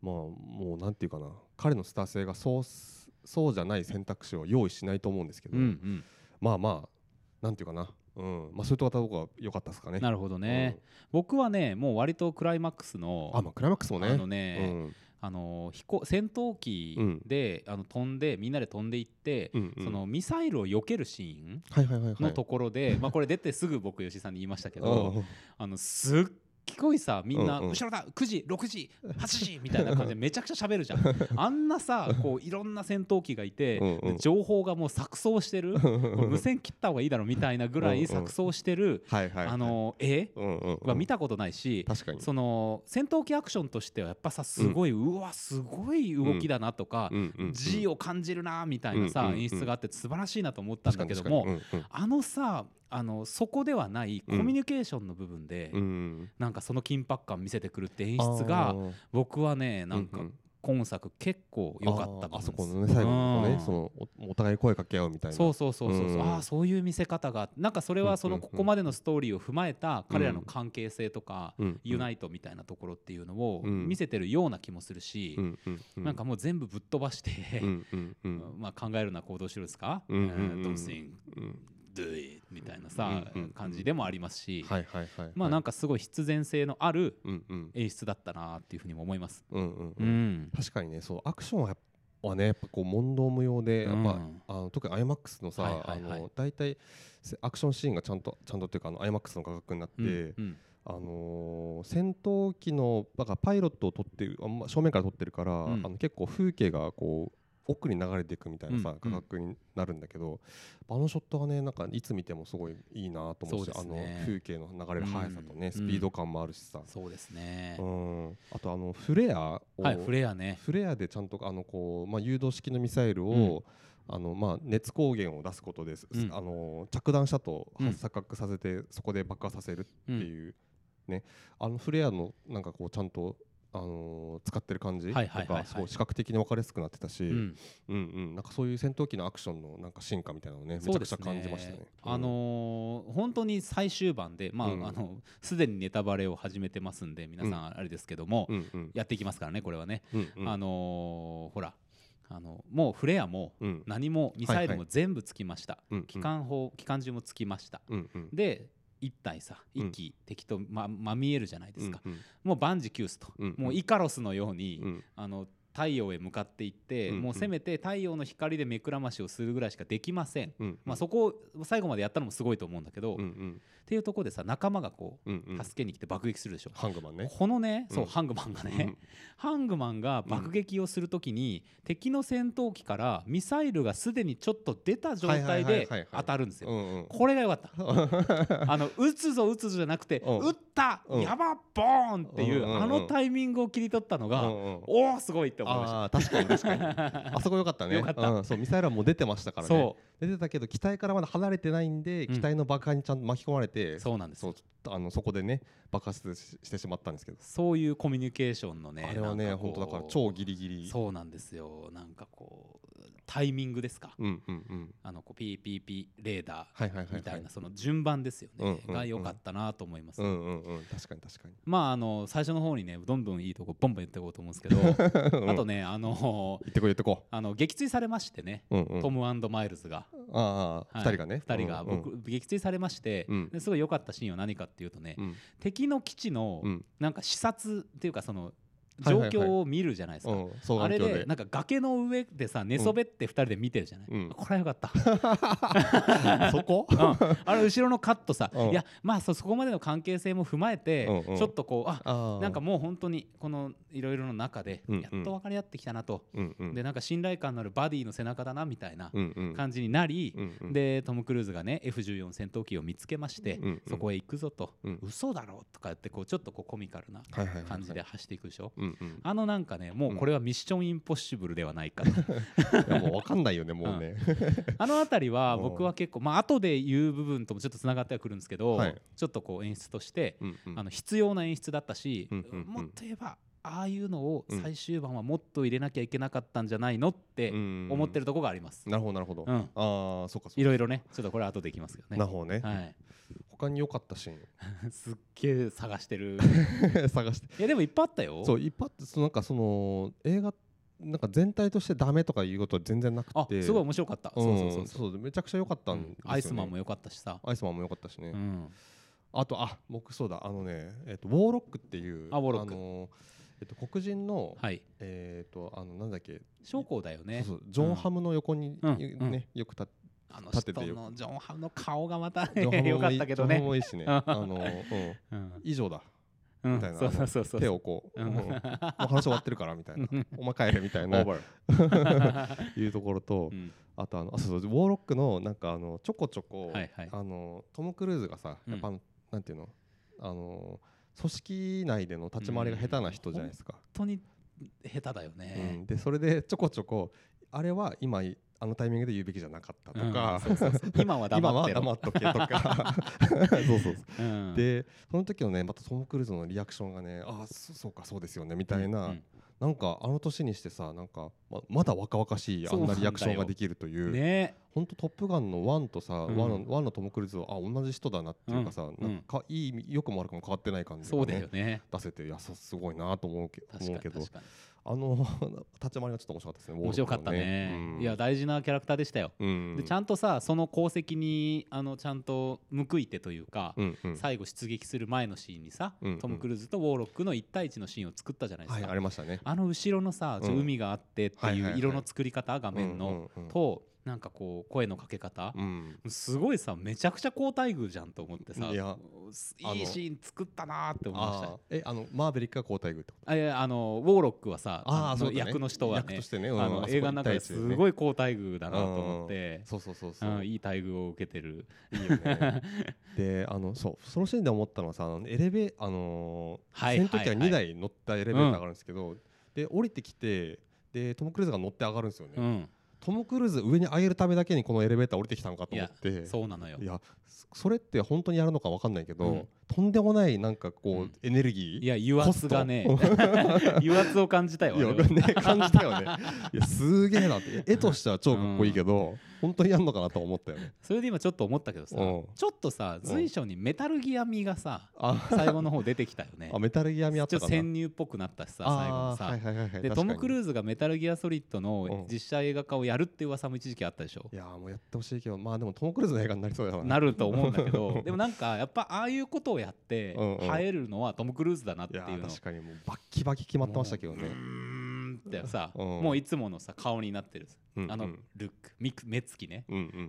Speaker 2: まあもうなんていうかな彼のスター性がそうすそうじゃない選択肢を用意しないと思うんですけど、
Speaker 1: うんうん
Speaker 2: まあまあなんていうかな、うんまあ、そういったとこが良かったですかね。
Speaker 1: なるほどね、僕はねもう割とクライマックス
Speaker 2: う
Speaker 1: の
Speaker 2: んあまあクライマックスもね
Speaker 1: あのね、
Speaker 2: うん
Speaker 1: あの飛行戦闘機で、あの飛んでみんなで飛んでいって、
Speaker 2: うんうん
Speaker 1: そのミサイルを避けるシーン
Speaker 2: はいはいはいはい
Speaker 1: のところで、まあこれ出てすぐ僕吉井さんに言いましたけど、
Speaker 2: うん
Speaker 1: あのすっごいさみんな、
Speaker 2: うんうん
Speaker 1: 後ろだ9時6時8時 みたいな感じでめちゃくちゃ喋るじゃんあんなさこういろんな戦闘機がいて、
Speaker 2: うんうん
Speaker 1: で情報がもう錯綜してるこれ無線切った方がいいだろみたいなぐら
Speaker 2: うん
Speaker 1: い
Speaker 2: うん
Speaker 1: 錯綜してる、
Speaker 2: はいはいはい
Speaker 1: あの絵
Speaker 2: うんうんうん
Speaker 1: は見たことないし、
Speaker 2: 確かに
Speaker 1: その戦闘機アクションとしてはやっぱさすごい、うわすごい動きだなとか、
Speaker 2: うんうんうん
Speaker 1: G を感じるなみたいなさ、
Speaker 2: うんうんうん
Speaker 1: 演出があって素晴らしいなと思ったんだけども、
Speaker 2: 確かに確
Speaker 1: あのさあのそこではないコミュニケーションの部分で、
Speaker 2: かにうんうん
Speaker 1: なんかその緊迫感見せてくるって演
Speaker 2: あー
Speaker 1: 出が僕はね
Speaker 2: う
Speaker 1: なん
Speaker 2: うん
Speaker 1: んか今作結構良かった
Speaker 2: あーあそこ
Speaker 1: 部分
Speaker 2: の
Speaker 1: です
Speaker 2: ね最後のとこ
Speaker 1: う
Speaker 2: ね
Speaker 1: ん
Speaker 2: そのおお互い声かけ合うみたいな
Speaker 1: そうそうそうそう
Speaker 2: うん
Speaker 1: ああそういう見せ方がなんかそれはそ
Speaker 2: う
Speaker 1: の
Speaker 2: んうんうん
Speaker 1: ここまでのストーリーを踏まえた彼らの関係性とか
Speaker 2: うん
Speaker 1: ユナイトみたいなところっていうのを
Speaker 2: うん
Speaker 1: 見せてるような気もするし
Speaker 2: うんうんうん
Speaker 1: なんかもう全部ぶっ飛ばして
Speaker 2: うんうんうん
Speaker 1: まあ考えるな行動しろですか「
Speaker 2: うんうんうん
Speaker 1: Don't think
Speaker 2: うん
Speaker 1: do it」みたいなさ
Speaker 2: うんうんうん
Speaker 1: 感じでもありますし
Speaker 2: はいはいはい
Speaker 1: まあなんんかすごい必然性のある
Speaker 2: うんうん
Speaker 1: 演出だったなっていうふうにも思います。
Speaker 2: うんうん
Speaker 1: う
Speaker 2: うん
Speaker 1: ん
Speaker 2: 確かにねそうアクションはやっぱはねやっぱこう問答無用でやっぱ
Speaker 1: うん
Speaker 2: あの特に IMAX
Speaker 1: は
Speaker 2: の
Speaker 1: い
Speaker 2: さあ
Speaker 1: はいはい
Speaker 2: の大体せアクションシーンがちゃんとちゃんとっていうかあの IMAX の価格になっ
Speaker 1: うん
Speaker 2: て
Speaker 1: うん
Speaker 2: あのー戦闘機のなんかパイロットを撮ってるあんま正面から撮ってるから、
Speaker 1: うん
Speaker 2: あの結構風景がこう奥に流れていくみたいなさ、
Speaker 1: うん
Speaker 2: 価格になるんだけど、あのショットはねなんかいつ見てもすごいいいなと思
Speaker 1: そ
Speaker 2: うし
Speaker 1: うです
Speaker 2: あの
Speaker 1: ね
Speaker 2: 風景の流れる速さとね、
Speaker 1: うん
Speaker 2: スピード感もあるしさ、
Speaker 1: そうですね
Speaker 2: う。んあとあのフレアを、
Speaker 1: はい、フレアね。
Speaker 2: フレアでちゃんとあのこう、まあ、誘導式のミサイルを、あのまあ、熱光源を出すことです、
Speaker 1: うん
Speaker 2: あの着弾したと
Speaker 1: うん
Speaker 2: 錯覚させて、そこで爆破させるっ
Speaker 1: う
Speaker 2: て
Speaker 1: ん
Speaker 2: いう、ねあのフレアのなんかこうちゃんと、あのー使ってる感じと
Speaker 1: はいはいはいはい
Speaker 2: かすごい視覚的に分かりやすくなってたし、
Speaker 1: う
Speaker 2: うん
Speaker 1: ん、
Speaker 2: うんなんかそういう戦闘機のアクションのなんか進化みたいなのをねめ
Speaker 1: そ
Speaker 2: ち
Speaker 1: うで
Speaker 2: ゃくち
Speaker 1: す
Speaker 2: ゃ
Speaker 1: ね
Speaker 2: 感じましたね。
Speaker 1: あのー本当に最終盤で、まあ、
Speaker 2: うん
Speaker 1: あの、すでにネタバレを始めてますんで、皆さ
Speaker 2: うん
Speaker 1: あれですけども。
Speaker 2: うんうん
Speaker 1: やっていきますからね、これはね。
Speaker 2: うんうん
Speaker 1: あのーほら、あの、もうフレアも、
Speaker 2: うん
Speaker 1: 何もミサイル
Speaker 2: はい
Speaker 1: も
Speaker 2: は
Speaker 1: 全部つきました。
Speaker 2: うん
Speaker 1: 機関砲、機関銃もつきました。
Speaker 2: うんうん
Speaker 1: で。一体さ
Speaker 2: うん
Speaker 1: 一機敵とままみえるじゃないですか、
Speaker 2: うん
Speaker 1: もう万事休すと、
Speaker 2: うん
Speaker 1: もうイカロスのように、
Speaker 2: うんうん
Speaker 1: あの太陽へ向かっていって、
Speaker 2: うんうん
Speaker 1: もうせめて太陽の光で目くらましをするぐらいしかできません、
Speaker 2: うん
Speaker 1: まあ、そこを最後までやったのもすごいと思うんだけど、
Speaker 2: うんう
Speaker 1: っ
Speaker 2: ん
Speaker 1: ていうところでさ仲間がこ
Speaker 2: うんう
Speaker 1: うん助けに来て爆撃するでしょ、
Speaker 2: ハングマンね。
Speaker 1: このねそう、
Speaker 2: うん
Speaker 1: ハングマンがね、
Speaker 2: うん
Speaker 1: ハングマンが爆撃をするときに、敵の戦闘機からミサイルがすでにちょっと出た状態
Speaker 2: はいはいはい
Speaker 1: で
Speaker 2: はいはい
Speaker 1: 当たるんですよ、
Speaker 2: うんうん
Speaker 1: これが良かった あの撃つぞ撃つぞじゃなくて
Speaker 2: うん
Speaker 1: 撃った、
Speaker 2: うん
Speaker 1: やばボーンっていう、
Speaker 2: うんうんうん
Speaker 1: あのタイミングを切り取ったのが、
Speaker 2: うんうん
Speaker 1: おおすごいって思いました。
Speaker 2: ああー確かに確 かにあそこ良かったね
Speaker 1: 良かった
Speaker 2: うん、そうミサイルはもう出てましたからね
Speaker 1: そ
Speaker 2: 出てたけど機体からまだ離れてないんで、
Speaker 1: うん
Speaker 2: 機体の爆破にちゃんと巻き込まれて
Speaker 1: うそうなんです
Speaker 2: そ
Speaker 1: よ
Speaker 2: うあのそこでね爆発ししてしまったんですけど、
Speaker 1: そういうコミュニケーションのね
Speaker 2: あれは
Speaker 1: な
Speaker 2: ね
Speaker 1: んこう
Speaker 2: 本当だから超ギリギリ
Speaker 1: そうなんですよなんかこうタイミングですか、
Speaker 2: うんうんうん
Speaker 1: あのこうピーピーピーレーダ
Speaker 2: はいはいはい、
Speaker 1: ー
Speaker 2: はい、
Speaker 1: みたいなその順番ですよね、
Speaker 2: うんうんうん
Speaker 1: が良かったなと思います、
Speaker 2: うんうんうん確かに確かに
Speaker 1: まああの最初の方にねどんどんいいとこボンボン言っていこうと思うんですけどあと
Speaker 2: ね
Speaker 1: ねあの
Speaker 2: 言ってこい言ってこ
Speaker 1: あの撃墜されましてね、
Speaker 2: う、うんうん、
Speaker 1: トムマイルズが。
Speaker 2: ああ、
Speaker 1: はい
Speaker 2: 二人がね
Speaker 1: 二人が僕、
Speaker 2: うん
Speaker 1: 撃墜されまして、
Speaker 2: うん
Speaker 1: ですごい良かったシーンは何かっていうとね、
Speaker 2: うん
Speaker 1: 敵の基地の
Speaker 2: うん
Speaker 1: なんか視察っていうかその
Speaker 2: はい
Speaker 1: 状
Speaker 2: はいはい
Speaker 1: 況を見るじゃないです
Speaker 2: う
Speaker 1: か、
Speaker 2: ん、双
Speaker 1: あ
Speaker 2: 眼
Speaker 1: れ
Speaker 2: 鏡
Speaker 1: で
Speaker 2: で
Speaker 1: なんか崖の上でさ寝そべって2人で見てるじゃない、
Speaker 2: うん
Speaker 1: これはよかった、
Speaker 2: そこ、
Speaker 1: うんあれ後ろのカットさ、
Speaker 2: うん
Speaker 1: いやまあそそこまでの関係性も踏まえて、
Speaker 2: うんうん
Speaker 1: ちょっとこうあ
Speaker 2: ああ
Speaker 1: なんかもう本当にこのいろいろの中で
Speaker 2: うんうん
Speaker 1: やっと分かり合ってきたなと、
Speaker 2: うんうん
Speaker 1: でなんか信頼感のあるバディの背中だなみたいな
Speaker 2: うんうん
Speaker 1: 感じになり、
Speaker 2: うんうん
Speaker 1: でトム・クルーズがね F14 戦闘機を見つけまして、
Speaker 2: うんうん
Speaker 1: そこへ行くぞと、
Speaker 2: うん
Speaker 1: 嘘だろとか言ってこうちょっとこうコミカルな
Speaker 2: はいはいはいはい
Speaker 1: 感じで走っていくでしょ、
Speaker 2: うんうん
Speaker 1: あのなんかねもうこれはミッションインポッシブルではないかと
Speaker 2: いやもう分かんないよねもうね、
Speaker 1: あの辺り は僕は結構まあ後で言う部分ともちょっとつながってはくるんですけど、
Speaker 2: はい
Speaker 1: ちょっとこう演出として、
Speaker 2: うんうん
Speaker 1: あの必要な演出だったし、
Speaker 2: うんうんうん
Speaker 1: もっと言えばああいうのを最終盤はもっと入れなきゃいけなかったんじゃないのって思
Speaker 2: 思
Speaker 1: ってるとこがあります。
Speaker 2: なるほどなるほど、
Speaker 1: うん
Speaker 2: ああそうかそう
Speaker 1: い
Speaker 2: か、
Speaker 1: ろいろねちょっとこれは後でいきますけどね。
Speaker 2: なるほどね、
Speaker 1: はい
Speaker 2: 他に良かったシ
Speaker 1: すっげえ探して る
Speaker 2: ーン探して
Speaker 1: いやでもいっぱいあったよ
Speaker 2: そう一発そのなんかその映画なんか全体としてダメとかいうことは全然なくて
Speaker 1: あすごい面白かった、
Speaker 2: うん
Speaker 1: そうそうそうそう
Speaker 2: そうめちゃくちゃ良かった
Speaker 1: うんん
Speaker 2: ですよね、
Speaker 1: アイスマンも良かったしさ、
Speaker 2: アイスマンも良かったしね、
Speaker 1: うん、
Speaker 2: あとあ僕そうだあのねえっ、とウォーロックっていう
Speaker 1: あウォーロック
Speaker 2: のえっと黒人の、
Speaker 1: はい
Speaker 2: えっ、とあのなんだっけ、
Speaker 1: 将校だよね
Speaker 2: そうそうジョンハムの横に、
Speaker 1: うん
Speaker 2: ね
Speaker 1: うん
Speaker 2: よく立っ
Speaker 1: あの
Speaker 2: 立
Speaker 1: 人
Speaker 2: ててよ
Speaker 1: のジョンハムの顔がまた
Speaker 2: ジョンハムもいい
Speaker 1: 良かったけど
Speaker 2: ジョンハム
Speaker 1: ね
Speaker 2: もいいしねあの、うん、
Speaker 1: うん、
Speaker 2: 以上だ
Speaker 1: うん、
Speaker 2: みたいな
Speaker 1: そうそうそうそう
Speaker 2: 手をこう、
Speaker 1: うん
Speaker 2: うんもう話終わってるからみたいな
Speaker 1: うん
Speaker 2: お前帰れみたい
Speaker 1: オ
Speaker 2: な
Speaker 1: ーバー
Speaker 2: いうところと、
Speaker 1: うん
Speaker 2: あとあのあそうそうウォーロックのなんかあのちょこちょこ、
Speaker 1: はいはい
Speaker 2: あのトム・クルーズがさ
Speaker 1: うん
Speaker 2: やっぱ、なんていうのあの組織内での立ち回りが下手な人じゃないですか、
Speaker 1: 本当に下手だよ
Speaker 2: うん
Speaker 1: ね、
Speaker 2: でそれでちょこちょこあれは今あのタイミングで言うべきじゃなかったとか、
Speaker 1: うんそうそうそう今は
Speaker 2: 今
Speaker 1: 黙っ
Speaker 2: は
Speaker 1: てろ
Speaker 2: 黙っとけ とかそうそうそう
Speaker 1: うん
Speaker 2: でその時のねまたトム・クルーズのリアクションがねああそそうかそうですよねみたいな、
Speaker 1: うん
Speaker 2: なんかあの年にしてさなんかままだ若々しいあ
Speaker 1: そうんな
Speaker 2: なん
Speaker 1: だよ
Speaker 2: リアクションができるという
Speaker 1: ね
Speaker 2: 本当トップガンのワンとさ、
Speaker 1: うん
Speaker 2: ワンのワンのトム・クルーズはあ同じ人だなっていうかさ、
Speaker 1: ん
Speaker 2: なんかかいい意味良くも悪くも変わってない感じ
Speaker 1: そう
Speaker 2: が、
Speaker 1: だよ
Speaker 2: ね、
Speaker 1: ね
Speaker 2: 出せていやそうすごいなと思うけ
Speaker 1: 確か
Speaker 2: 思う
Speaker 1: に
Speaker 2: けど
Speaker 1: 確かに
Speaker 2: あの立ち回りがちょっと面白かったですね
Speaker 1: 面白かったねいや、大事なキャラクターでしたよ
Speaker 2: ウォール
Speaker 1: で
Speaker 2: と
Speaker 1: ちゃんとさその功績にあのちゃんと報いてというか、
Speaker 2: うんうんうん
Speaker 1: 最後出撃する前のシーンにさ、
Speaker 2: うんうん
Speaker 1: トム・クルーズとウォーロックの1対1のシーンを作ったじゃないです
Speaker 2: は
Speaker 1: か、
Speaker 2: いありましたね
Speaker 1: あの後ろのさ、ちょ
Speaker 2: うん
Speaker 1: 海があってって
Speaker 2: はいはい
Speaker 1: い
Speaker 2: は
Speaker 1: う
Speaker 2: い
Speaker 1: 色の作り方、画面の、
Speaker 2: うんうんうん
Speaker 1: となんかこう声のかけ方、
Speaker 2: うん
Speaker 1: すごいさめちゃくちゃ好待遇じゃんと思ってさ
Speaker 2: いや
Speaker 1: す
Speaker 2: あの
Speaker 1: いいシーン作ったなーって思いました
Speaker 2: あ
Speaker 1: よ
Speaker 2: ーえあのマーベリックは交代軍ってこと
Speaker 1: あいやあのウォーロックはさ
Speaker 2: あー
Speaker 1: あの
Speaker 2: そうだね
Speaker 1: 役の人は
Speaker 2: 役
Speaker 1: ね
Speaker 2: としてね、
Speaker 1: あの映画の中です
Speaker 2: い
Speaker 1: ごい好待遇だなと思って、
Speaker 2: そうそうそう
Speaker 1: う
Speaker 2: そ
Speaker 1: ん
Speaker 2: う
Speaker 1: いい待遇を受けてる、
Speaker 2: いいよねであのそうそのシーンで思ったのはさあのエレベあのー
Speaker 1: はい
Speaker 2: 戦闘機
Speaker 1: は
Speaker 2: はい
Speaker 1: はい
Speaker 2: 2台乗ったエレベーターがあるんですけど、で降りてきてでトム・クルーズが乗って上がるんですよね、
Speaker 1: うん、
Speaker 2: トム・クルーズ上に上げるためだけにこのエレベーター降りてきたのかと思っていや
Speaker 1: そうなのよ
Speaker 2: そそれって本当にやるのか分かんないけど、
Speaker 1: うん
Speaker 2: とんでもないなんかこう、
Speaker 1: うん
Speaker 2: エネルギー
Speaker 1: いや油圧がね
Speaker 2: コ
Speaker 1: 油圧を感じたよ
Speaker 2: いや
Speaker 1: 俺は
Speaker 2: ね感じたよねいやすげえなって絵としては超かっこいいけど、本当にやるのかなと思ったよね
Speaker 1: それで今ちょっと思ったけどさ
Speaker 2: うん
Speaker 1: ちょっとさ随所にメタルギア味がさ
Speaker 2: あ
Speaker 1: 最後の方出てきたよね
Speaker 2: あメタルギア見
Speaker 1: ち
Speaker 2: あ
Speaker 1: ょっ
Speaker 2: った
Speaker 1: と
Speaker 2: かな
Speaker 1: 潜入っぽくなったしさ最後のさ、
Speaker 2: あーはいはいはいはい、
Speaker 1: でトム・ク
Speaker 2: ー
Speaker 1: ルーズがメタルギアソリッド
Speaker 2: うん
Speaker 1: の実写映画化をやるっていう噂も一時期あったでしょ、
Speaker 2: いやーもうやってほしいけどまあでもトム・クルーズの映画になりそうだな
Speaker 1: なると思うんだけ どでもなんかやっぱああいうことをやって
Speaker 2: うんうん
Speaker 1: 映えるのはトム・クルーズだなって
Speaker 2: い
Speaker 1: い
Speaker 2: や
Speaker 1: う
Speaker 2: ー
Speaker 1: の
Speaker 2: 確かにもうバッキバキ決まってましたけどね
Speaker 1: うーんってさ
Speaker 2: うん
Speaker 1: もういつものさ顔になってる
Speaker 2: うんうん
Speaker 1: あのルックミク目つきね
Speaker 2: うんうんう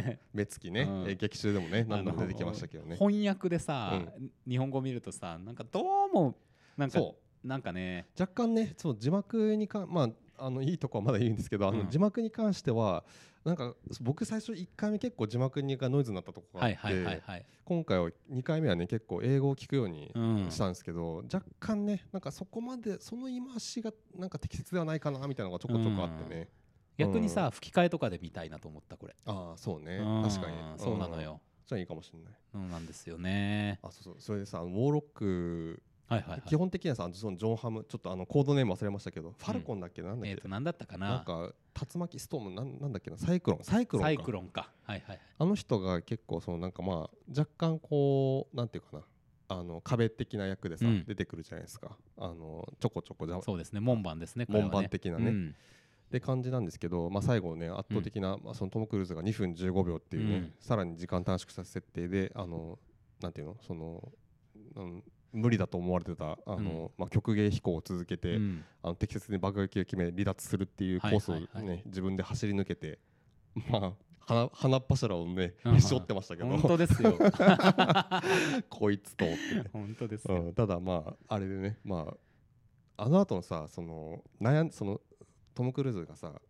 Speaker 2: ん目つきね、
Speaker 1: うん
Speaker 2: えー劇中でもね何度も
Speaker 1: あの
Speaker 2: 出てきましたけどね
Speaker 1: 翻訳でさ日本語見るとさなんかどうもなんか
Speaker 2: そ
Speaker 1: なんかね
Speaker 2: 若干ねそう字幕にかまああのいいとこはまだいいんですけどあ
Speaker 1: う
Speaker 2: の
Speaker 1: ん
Speaker 2: 字幕に関してはなんか僕最初1回目結構字幕がノイズになったとこが
Speaker 1: は
Speaker 2: あっ
Speaker 1: い
Speaker 2: て、
Speaker 1: はいはいはい
Speaker 2: 今回は2回目はね結構英語を聞くように
Speaker 1: うん
Speaker 2: したんですけど、若干ねなんかそこまでその言い回しがなんか適切ではないかなみたいなのがちょこちょこあってね、
Speaker 1: 逆にさ吹き替えとかで見たいなと思ったこれ
Speaker 2: ああそうね
Speaker 1: うん
Speaker 2: 確かに
Speaker 1: そうなのよ
Speaker 2: んじゃあいいかもしれない
Speaker 1: そうなんですよね
Speaker 2: あそうそうそれでさウォーロック、
Speaker 1: はいはい
Speaker 2: 基
Speaker 1: は
Speaker 2: 本的にはさそのジョン・ハムちょっとあのコードネーム忘れましたけど、ファルコンだっけなんだ
Speaker 1: い
Speaker 2: っ
Speaker 1: え
Speaker 2: け、
Speaker 1: っと何だったか
Speaker 2: なん
Speaker 1: な
Speaker 2: か竜巻ストームなんなんだっけなサイクロンサイクロンか
Speaker 1: サイクロンかはいはい
Speaker 2: あの人が結構そのなんかまあ若干こうなんていうかなあの壁的な役でさ、
Speaker 1: うん
Speaker 2: 出てくるじゃないですかあのちょこちょこじゃ
Speaker 1: そうですね門番ですねこれはね
Speaker 2: 門番的なね
Speaker 1: うん
Speaker 2: で感じなんですけど、まあ、最後ね圧倒的な、まあ、そのトム・クルーズが2分15秒っていうね、
Speaker 1: うん
Speaker 2: さらに時間短縮した設定であのなんていうのその、うん、無理だと思われてた
Speaker 1: う
Speaker 2: あの、
Speaker 1: ん
Speaker 2: まあ、曲芸飛行を続けて、
Speaker 1: うん
Speaker 2: あの適切に爆撃を決め離脱するっていうコースを、ね
Speaker 1: はいはいは
Speaker 2: 自分で走り抜けて、 まあ、花花っ柱をね
Speaker 1: うんうん
Speaker 2: しょってましたけど、
Speaker 1: 本当ですよ
Speaker 2: こいつと 思ってね、
Speaker 1: 本当です
Speaker 2: う
Speaker 1: よ
Speaker 2: ん、ただまああれでねまああの後のさその悩んそのトム・クルーズがさ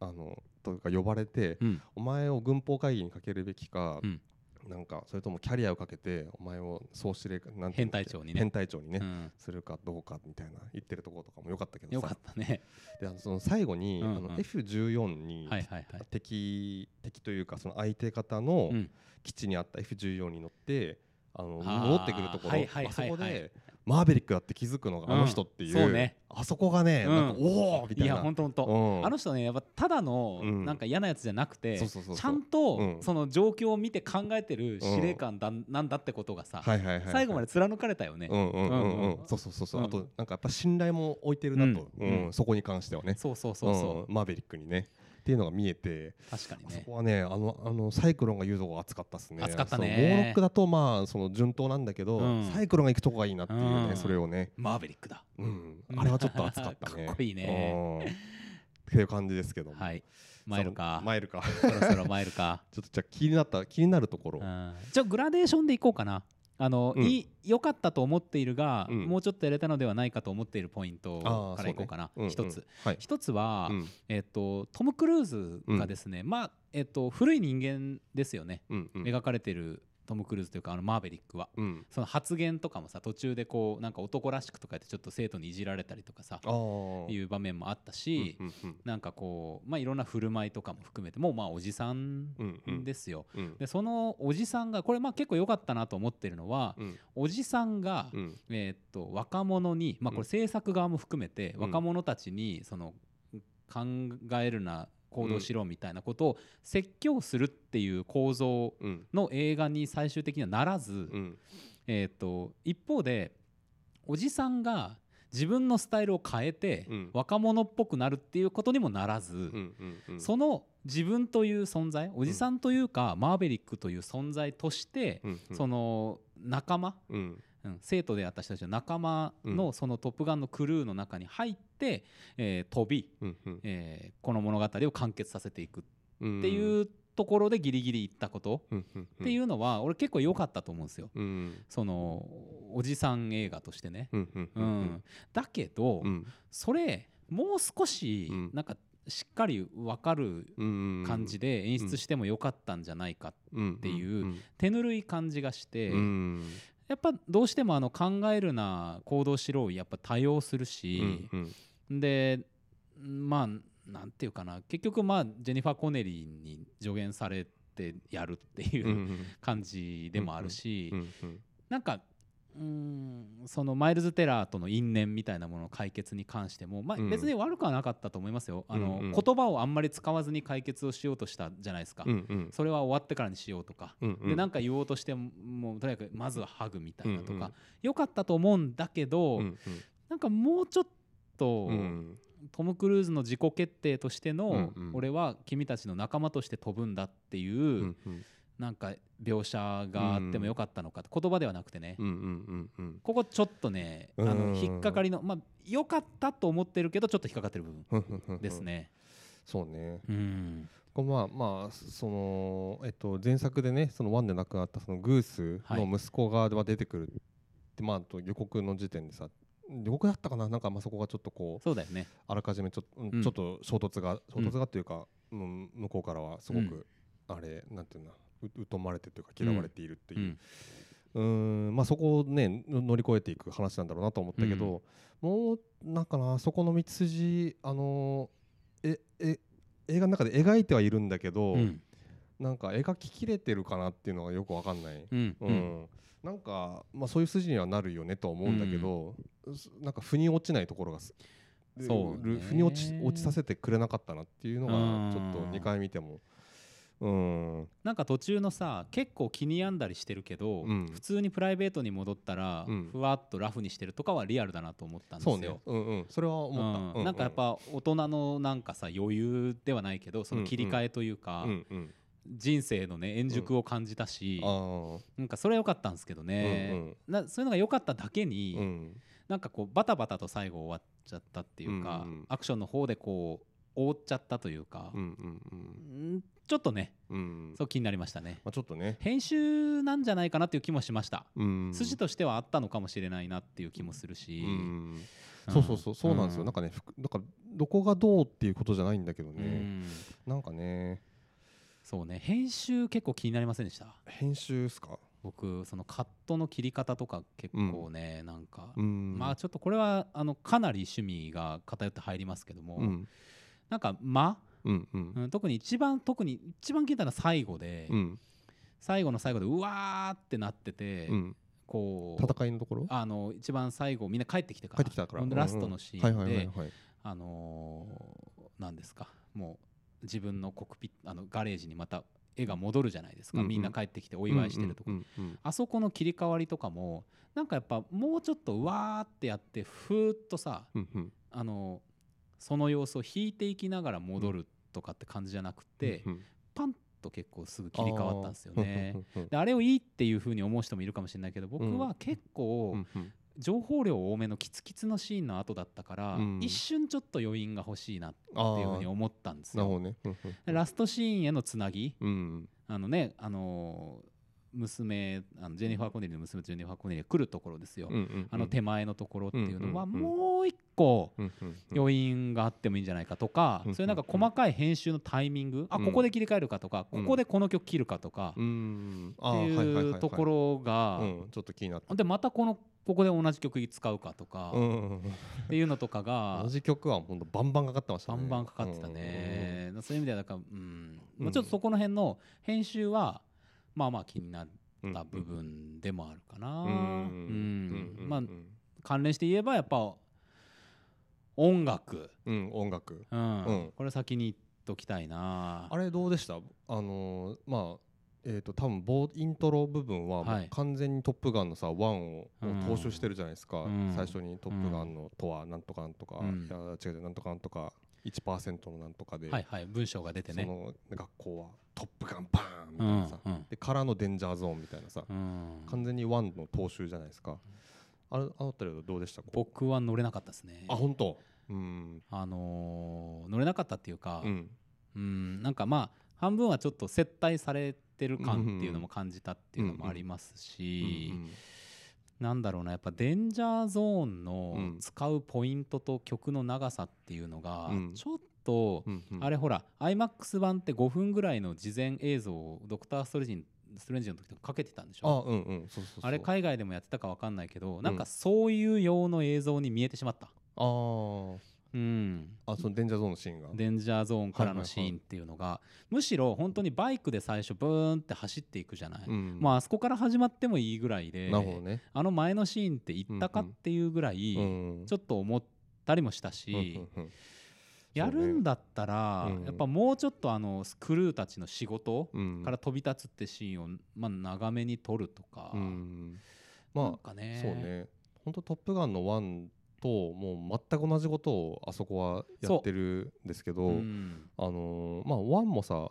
Speaker 2: あのとか呼ばれて、
Speaker 1: うん
Speaker 2: お前を軍法会議にかけるべきか、
Speaker 1: うん
Speaker 2: なんかそれともキャリアをかけてお前を総司令官なんていう
Speaker 1: 変
Speaker 2: んだっ
Speaker 1: 態
Speaker 2: け
Speaker 1: 長にね
Speaker 2: 編隊長にね、
Speaker 1: うん
Speaker 2: するかどうかみたいな言ってるところとかも良かったけど
Speaker 1: よ
Speaker 2: さ
Speaker 1: かったね
Speaker 2: であのその最後に、
Speaker 1: うんうん
Speaker 2: あの F14 に、
Speaker 1: はいはいはい
Speaker 2: 敵敵というかその相手方の
Speaker 1: うん
Speaker 2: 基地にあった F14 に乗ってあの
Speaker 1: あー
Speaker 2: 戻ってくるとこ
Speaker 1: はい
Speaker 2: ろ
Speaker 1: はい
Speaker 2: あそ
Speaker 1: はい
Speaker 2: こ
Speaker 1: はい
Speaker 2: でマーベリックだって気づくのがあの人っていう,、
Speaker 1: うんそうね
Speaker 2: あそこがね、
Speaker 1: うん
Speaker 2: なんかおおみたいない
Speaker 1: や本当本当
Speaker 2: うん
Speaker 1: あの人ねやっぱただの
Speaker 2: うん
Speaker 1: なんか嫌なやつじゃなくて
Speaker 2: そうそうそうそう
Speaker 1: ちゃん
Speaker 2: う
Speaker 1: と
Speaker 2: ん
Speaker 1: その状況を見て考えてる司令官だなんだってことがさ
Speaker 2: はいはいはいはい
Speaker 1: 最後まで貫かれたよね
Speaker 2: うんうんうん
Speaker 1: うん
Speaker 2: う
Speaker 1: うんん
Speaker 2: そうそうそうそう、
Speaker 1: うん
Speaker 2: あとなんかやっぱ信頼も置いてるなと、
Speaker 1: う
Speaker 2: うんんそこに関してはね
Speaker 1: そうそうそうそ
Speaker 2: んマーベリックにねっていうのが見えて
Speaker 1: う確かに
Speaker 2: あそ
Speaker 1: ね
Speaker 2: こはねあのあのサイクロンが言うとこ熱かったですね
Speaker 1: 熱かったね
Speaker 2: そうモーロックだとまあその順当なんだけど、
Speaker 1: うん
Speaker 2: サイクロンが行くとこがいいなっていうね、
Speaker 1: うん
Speaker 2: それをね
Speaker 1: マーベリックだ
Speaker 2: うん、あれはちょっと熱かった ね。
Speaker 1: かっこいいね
Speaker 2: うん。っていう感じですけども。
Speaker 1: はい参るか
Speaker 2: そのマイルか。 ち
Speaker 1: そろそろ参る か
Speaker 2: ょっとじゃあ気になった気になるところ。
Speaker 1: うんじゃあグラデーションでいこうかな。あの
Speaker 2: うん
Speaker 1: い良かったと思っているが、
Speaker 2: うん
Speaker 1: もうちょっとやれたのではないかと思っているポイント
Speaker 2: あー
Speaker 1: からいこうかな
Speaker 2: そね
Speaker 1: 一、
Speaker 2: んん
Speaker 1: つ。
Speaker 2: はい。
Speaker 1: 一つは、
Speaker 2: うん
Speaker 1: えっとトム・クルーズがですね、まあえっと古い人間ですよね、
Speaker 2: うんうん。
Speaker 1: 描かれてるトム・クルーズというかあのマーベリックは。
Speaker 2: うん。
Speaker 1: その発言とかもさ途中でこうなんか男らしくとか言ってちょっと生徒にいじられたりとかさ
Speaker 2: ああ。
Speaker 1: いうう場面もあったし、
Speaker 2: んうん
Speaker 1: なんかこうまあいろんな振る舞いとかも含めてもうまあおじさん
Speaker 2: うんうん。
Speaker 1: ですよ。
Speaker 2: うん。
Speaker 1: でそのおじさんがこれまあ結構良かったなと思ってるのは、
Speaker 2: うん
Speaker 1: おじさんが、
Speaker 2: うん
Speaker 1: えーっと若者に、まあ、こ
Speaker 2: うん
Speaker 1: れ制作側も含めて、
Speaker 2: うん
Speaker 1: 若者たちにその考えるな行動しろみたいなことを説教するっていう構造
Speaker 2: うん
Speaker 1: の映画に最終的にはならず、
Speaker 2: うん
Speaker 1: えーっと一方でおじさんが自分のスタイルを変えて、
Speaker 2: うん
Speaker 1: 若者っぽくなるっていうことにもならず。
Speaker 2: うんうんうん。
Speaker 1: その自分という存在おじさんというか、マーベリックという存在として、
Speaker 2: うんうん
Speaker 1: その仲間、
Speaker 2: うん
Speaker 1: うん、生徒であった人たちの仲間
Speaker 2: う
Speaker 1: の
Speaker 2: ん
Speaker 1: その「トップガン」のクルーの中に入って、えー飛び、
Speaker 2: うんうん
Speaker 1: えーこの物語を完結させていくっ
Speaker 2: っ
Speaker 1: って
Speaker 2: う
Speaker 1: いうところでギリギリ行ったこと
Speaker 2: んうん
Speaker 1: っていううのは俺結構良かったと思うんですよ
Speaker 2: うん
Speaker 1: そのおじさん映画としてね。
Speaker 2: うんうん
Speaker 1: う
Speaker 2: うん
Speaker 1: ん、だけど、
Speaker 2: うん
Speaker 1: それもう少し
Speaker 2: うん
Speaker 1: なんかしっかり分かる
Speaker 2: うん
Speaker 1: 感じ
Speaker 2: っ
Speaker 1: で演出してもよかったんじゃないか
Speaker 2: て
Speaker 1: いう
Speaker 2: うん
Speaker 1: 手ぬるい感じがして、
Speaker 2: うん
Speaker 1: やっぱどうしてもあの考えるな行動しろをやっぱ多用する
Speaker 2: う
Speaker 1: し
Speaker 2: ん、うん
Speaker 1: でまあなんていうかな結局まあジェニファー・コネリーに助言されてやるっていうううん感じでもあるし、
Speaker 2: うんうん
Speaker 1: なんかうーんそのマイルズ・テラーとの因縁みたいなものの解決に関しても、まあ、
Speaker 2: うん
Speaker 1: 別に悪くはなかったと思いますよ、あの
Speaker 2: うんうん
Speaker 1: 言葉をあんまり使わずに解決をしようとしたじゃないですか、
Speaker 2: うんうん
Speaker 1: それは終わってからにしようとか、
Speaker 2: うんうん
Speaker 1: でなんか言おうとしてももうとにかくまずはハグみたいなとか、
Speaker 2: うんうん
Speaker 1: よかったと思うんだけど、
Speaker 2: うん
Speaker 1: なんかもうちょっと、
Speaker 2: うんうん
Speaker 1: トム・クルーズの自己決定としての、
Speaker 2: うんうん
Speaker 1: 俺は君たちの仲間として飛ぶんだっていう、
Speaker 2: うんうん
Speaker 1: なんか描写があってもよかったのかって言葉ではなくてね、
Speaker 2: うんうんうん
Speaker 1: ここちょっとねあ
Speaker 2: う
Speaker 1: の
Speaker 2: ん
Speaker 1: 引っかかりのまあ良かったと思ってるけどちょっと引っかかってる部分
Speaker 2: うん
Speaker 1: ですね。
Speaker 2: そうね
Speaker 1: うん
Speaker 2: これまあまあそのえっと前作でねそのワンで亡くなったそのグース
Speaker 1: はい
Speaker 2: の息子が出てくるってまああと予告の時点でさ予告だったかななんかまあそこがちょっとこう
Speaker 1: そうだよね。
Speaker 2: あらかじめちょ,、うん
Speaker 1: うん
Speaker 2: ちょっと衝突が衝
Speaker 1: ん
Speaker 2: 突がっていうか、うん向こうからはすごく、あれなんていうんだう疎まれてというか嫌われているって
Speaker 1: う、
Speaker 2: いうんうーんまあそこをねの乗り越えていく話なんだろうなと思ったけど、もうなんかなそこの道筋あのーええ映画の中で描いてはいるんだけど、
Speaker 1: うん
Speaker 2: なんか描ききれてるかなっていうのがよくわかんない。
Speaker 1: うん
Speaker 2: うんなんか、まあ、そういう筋にはなるよねとは思うんだけど、すなんか腑に落ちないところがす
Speaker 1: そうね
Speaker 2: る腑に落ち落ちさせてくれなかったなっていうの
Speaker 1: うん
Speaker 2: がちょっと2回見てもうん
Speaker 1: なんか途中のさ結構気に病んだりしてるけど、
Speaker 2: うん
Speaker 1: 普通にプライベートに戻ったら、
Speaker 2: うん
Speaker 1: ふわっとラフにしてるとかはリアルだなと思ったんです
Speaker 2: そ
Speaker 1: よ。
Speaker 2: うねうんうんそれは思った、
Speaker 1: うん、なんかやっぱ大人のなんかさ余裕ではないけどその切り替えというか、
Speaker 2: うんうん
Speaker 1: 人生のね円熟を感じたし、
Speaker 2: あー
Speaker 1: なんかそれは良かったんですけどね、
Speaker 2: うん
Speaker 1: なそういうのが良かっただけに、
Speaker 2: うん
Speaker 1: なんかこうバタバタと最後終わっちゃったっていうか、
Speaker 2: うんうん
Speaker 1: アクションの方でこう覆っちゃったというか
Speaker 2: うんう、んうん
Speaker 1: んちょっとね
Speaker 2: うん
Speaker 1: そう気になりましたね
Speaker 2: まあちょっとね
Speaker 1: 編集なんじゃないかなっていう気もしました、
Speaker 2: うん
Speaker 1: 筋としてはあったのかもしれないなっていう気もするし、
Speaker 2: うんそうそうそうそうなんですよ、なん
Speaker 1: か
Speaker 2: かねふくなんかどこがどうっていうことじゃないんだけど
Speaker 1: う
Speaker 2: ね、
Speaker 1: ん
Speaker 2: なんかね
Speaker 1: そうね編集結構気になりませんでした
Speaker 2: 編集っすか
Speaker 1: 僕そのカットの切り方とか結構ね、なんか、
Speaker 2: うん
Speaker 1: まあちょっとこれはあのかなり趣味が偏って入りますけども、
Speaker 2: うん
Speaker 1: なんか間、
Speaker 2: うんうん
Speaker 1: うん、特に一番特に一番聞いたのは最後で、
Speaker 2: うん
Speaker 1: 最後の最後でうわーってなってて、
Speaker 2: うん、
Speaker 1: こう
Speaker 2: 戦いのところ
Speaker 1: あの一番最後みんな帰ってきてから
Speaker 2: 帰ってきたから
Speaker 1: ほんでラストのシーンで、
Speaker 2: はいはいはいはい
Speaker 1: あのーなんですかもう自分のコックピットあのガレージにまた絵が戻るじゃないですか、
Speaker 2: うんうん
Speaker 1: みんな帰ってきてお祝いしてるとこ、
Speaker 2: うんうんうん
Speaker 1: あそこの切り替わりとかもなんかやっぱもうちょっとうわーってやってふーっとさ
Speaker 2: うんうん
Speaker 1: あのその様子を引いていきながら戻るとかって感じじゃなくて、
Speaker 2: うんうん
Speaker 1: パンと結構すぐ切り替わったんですよね。
Speaker 2: あー
Speaker 1: であれをいいっていう風に思う人もいるかもしれないけど僕
Speaker 2: う
Speaker 1: は
Speaker 2: ん
Speaker 1: 結構
Speaker 2: うんうん
Speaker 1: 情報量多めのキツキツのシーンの後だったから、
Speaker 2: うん
Speaker 1: 一瞬ちょっと余韻が欲しいなって
Speaker 2: あー
Speaker 1: いう風に思ったんです
Speaker 2: なるほ
Speaker 1: よ。
Speaker 2: どねうんうん
Speaker 1: でラストシーンへのつなぎ
Speaker 2: うん
Speaker 1: あのね、あのー娘あのジェニファー・コネリーの娘とジェニファー・コネリーが来るところですよ、
Speaker 2: うんうん
Speaker 1: あの手前のところっていうのは、
Speaker 2: うんうんうん
Speaker 1: もう一個
Speaker 2: うんうんうん
Speaker 1: 余韻があってもいいんじゃないかとか、
Speaker 2: うん
Speaker 1: そういうなんか細かい編集のタイミング、あ
Speaker 2: うん
Speaker 1: ここで切り替えるかとか、
Speaker 2: うん
Speaker 1: ここでこの曲切るかとか、
Speaker 2: う
Speaker 1: っ
Speaker 2: んあ
Speaker 1: て
Speaker 2: ーはいはいいはいうはい
Speaker 1: ところが、
Speaker 2: うんちょっと気になった
Speaker 1: でまたこのここで同じ曲使うかとか、
Speaker 2: うんうんうん
Speaker 1: っていうのとかが
Speaker 2: 同じ曲は本当バンバンかかってました
Speaker 1: バ
Speaker 2: ね
Speaker 1: ンバンかかってたね、そういう意味ではだから、うん
Speaker 2: うん
Speaker 1: まあ、ちょっとそこの辺の編集はまあまあ気になる
Speaker 2: うんうん
Speaker 1: った部分でもあるかな。
Speaker 2: う
Speaker 1: うん
Speaker 2: うんうん
Speaker 1: まあ
Speaker 2: うん
Speaker 1: 関連して言えばやっぱ音楽、
Speaker 2: うん音楽
Speaker 1: うん
Speaker 2: うん
Speaker 1: これ先に言っときたいな。
Speaker 2: あれどうでしたあのーまあえー、と多分冒イントロ部分はも
Speaker 1: は
Speaker 2: う
Speaker 1: い
Speaker 2: 完全に「トップガン」のさ「ワンを
Speaker 1: うん
Speaker 2: もう踏襲してるじゃないですか、
Speaker 1: うん
Speaker 2: 最初に「トップガン」の「とはなんとかなんとか」
Speaker 1: うん
Speaker 2: いや違う違うなんとかなんとか1%のなんとかで、
Speaker 1: はいはい文章が出て
Speaker 2: そ
Speaker 1: ね。
Speaker 2: の学校は「トップガンバーン!」み
Speaker 1: う
Speaker 2: たい
Speaker 1: ん
Speaker 2: なさ、
Speaker 1: うん
Speaker 2: でからの「デンジャーゾーン」みたいなさ、
Speaker 1: うん
Speaker 2: 完全に「ワンの踏襲じゃないですかあれあの辺りはどうでしたか
Speaker 1: 僕は乗れなかったですね。
Speaker 2: あ本当うん
Speaker 1: あのー乗れなかったっていうか、
Speaker 2: うん
Speaker 1: うんなんかまあ半分はちょっと接待されてる感っていうのも感じたっていうのもありますし、
Speaker 2: うんうん
Speaker 1: なんだろうなやっぱデンジャーゾーン
Speaker 2: う
Speaker 1: の
Speaker 2: ん
Speaker 1: 使うポイントと曲の長さっていうのが
Speaker 2: うん
Speaker 1: ちょっと
Speaker 2: うんうん
Speaker 1: あれほら iMAX 版って5分ぐらいの事前映像をドクター・ストレンジストレンジの時とかかけてたんでし
Speaker 2: あ
Speaker 1: ょ
Speaker 2: うんうんそうそうそう
Speaker 1: あれ
Speaker 2: あ
Speaker 1: 海外でもやってたかわかんないけどなんかそういう用の映像に見えてしまった。
Speaker 2: あー
Speaker 1: うん、
Speaker 2: あそのデンジャーゾーンのシーンが
Speaker 1: デンジャーゾーンからの
Speaker 2: はいはいはい
Speaker 1: シーンっていうのがむしろ本当にバイクで最初ブーンって走っていくじゃない、
Speaker 2: うん
Speaker 1: まああそこから始まってもいいぐらいで
Speaker 2: なるほどね
Speaker 1: あの前のシーンって行ったかっていうぐらい
Speaker 2: うん
Speaker 1: ちょっと思ったりもしたし、
Speaker 2: うんうんうん
Speaker 1: やるんだったら、
Speaker 2: そうねうん
Speaker 1: やっぱもうちょっとあのクルーたちの仕事
Speaker 2: うん
Speaker 1: から飛び立つってシーンを、まあ、長めに撮るとか、
Speaker 2: うん
Speaker 1: なん
Speaker 2: まあ
Speaker 1: かね
Speaker 2: そうね本当トップガンのワンともう全く同じことをあそこはやってるんですけど、
Speaker 1: うん
Speaker 2: あのーまあワンもさ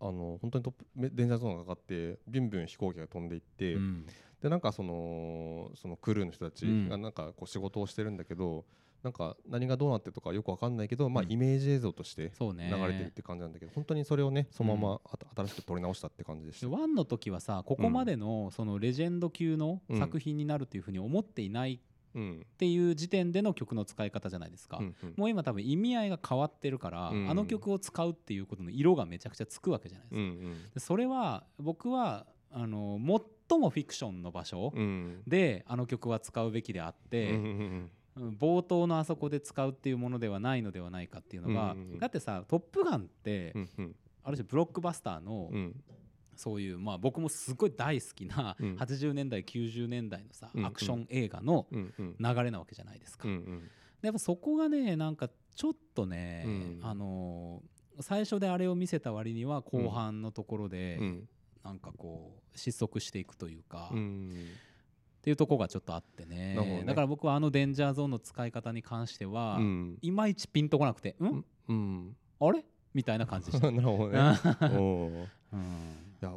Speaker 2: あのー本当にトップめ電車ゾーンがかかってビュンビュン飛行機が飛んでいって、
Speaker 1: うん
Speaker 2: でなんかそのそのクルーの人たち
Speaker 1: うん
Speaker 2: がなんかこう仕事をしてるんだけど、なんか何がどうなってとかよくわかんないけど、まあ
Speaker 1: うん
Speaker 2: イメージ映像として
Speaker 1: そうね
Speaker 2: 流れてるって感じなんだけど、本当にそれをねそのままあた新しく撮り直したって感じでした。
Speaker 1: 1の時はさここまでのそのレジェンド級の作品になるというふうに思っていないっ
Speaker 2: うん
Speaker 1: ていう時点での曲の使い方じゃないですか、
Speaker 2: うんうん
Speaker 1: もう今多分意味合いが変わってるから、
Speaker 2: うん
Speaker 1: あの曲を使うっていうことの色がめちゃくちゃつくわけじゃないです
Speaker 2: う
Speaker 1: か、
Speaker 2: ん
Speaker 1: でそれは僕はあの最もフィクションの場所
Speaker 2: うんうん
Speaker 1: であの曲は使うべきであって、
Speaker 2: うんうんうん
Speaker 1: うん冒頭のあそこで使うっていうものではないのではないかっていうのが、
Speaker 2: うんうんうん
Speaker 1: だってさ「トップガン」って、
Speaker 2: うんうん
Speaker 1: ある種ブロックバスターの、
Speaker 2: うん
Speaker 1: そういうまあ僕もすごい大好きな、
Speaker 2: うん
Speaker 1: 80年代90年代のさ、
Speaker 2: うんうん
Speaker 1: アクション映画の
Speaker 2: うんうん
Speaker 1: 流れなわけじゃないですか。
Speaker 2: うんうん
Speaker 1: でやっぱそこがねなんかちょっとね、
Speaker 2: うん
Speaker 1: あのー最初であれを見せた割には後半のところで、
Speaker 2: うん
Speaker 1: なんかこう失速していくというか、
Speaker 2: う
Speaker 1: っ
Speaker 2: ん
Speaker 1: ていうところがちょっとあってね
Speaker 2: なるほどね
Speaker 1: だから僕はあのデンジャーゾーンの使い方に関しては、
Speaker 2: うん
Speaker 1: いまいちピンとこなくて「ん、
Speaker 2: うんうん
Speaker 1: あれ?」みたいな感じでした。
Speaker 2: なるほど ね。う
Speaker 1: う
Speaker 2: ん
Speaker 1: ん
Speaker 2: いや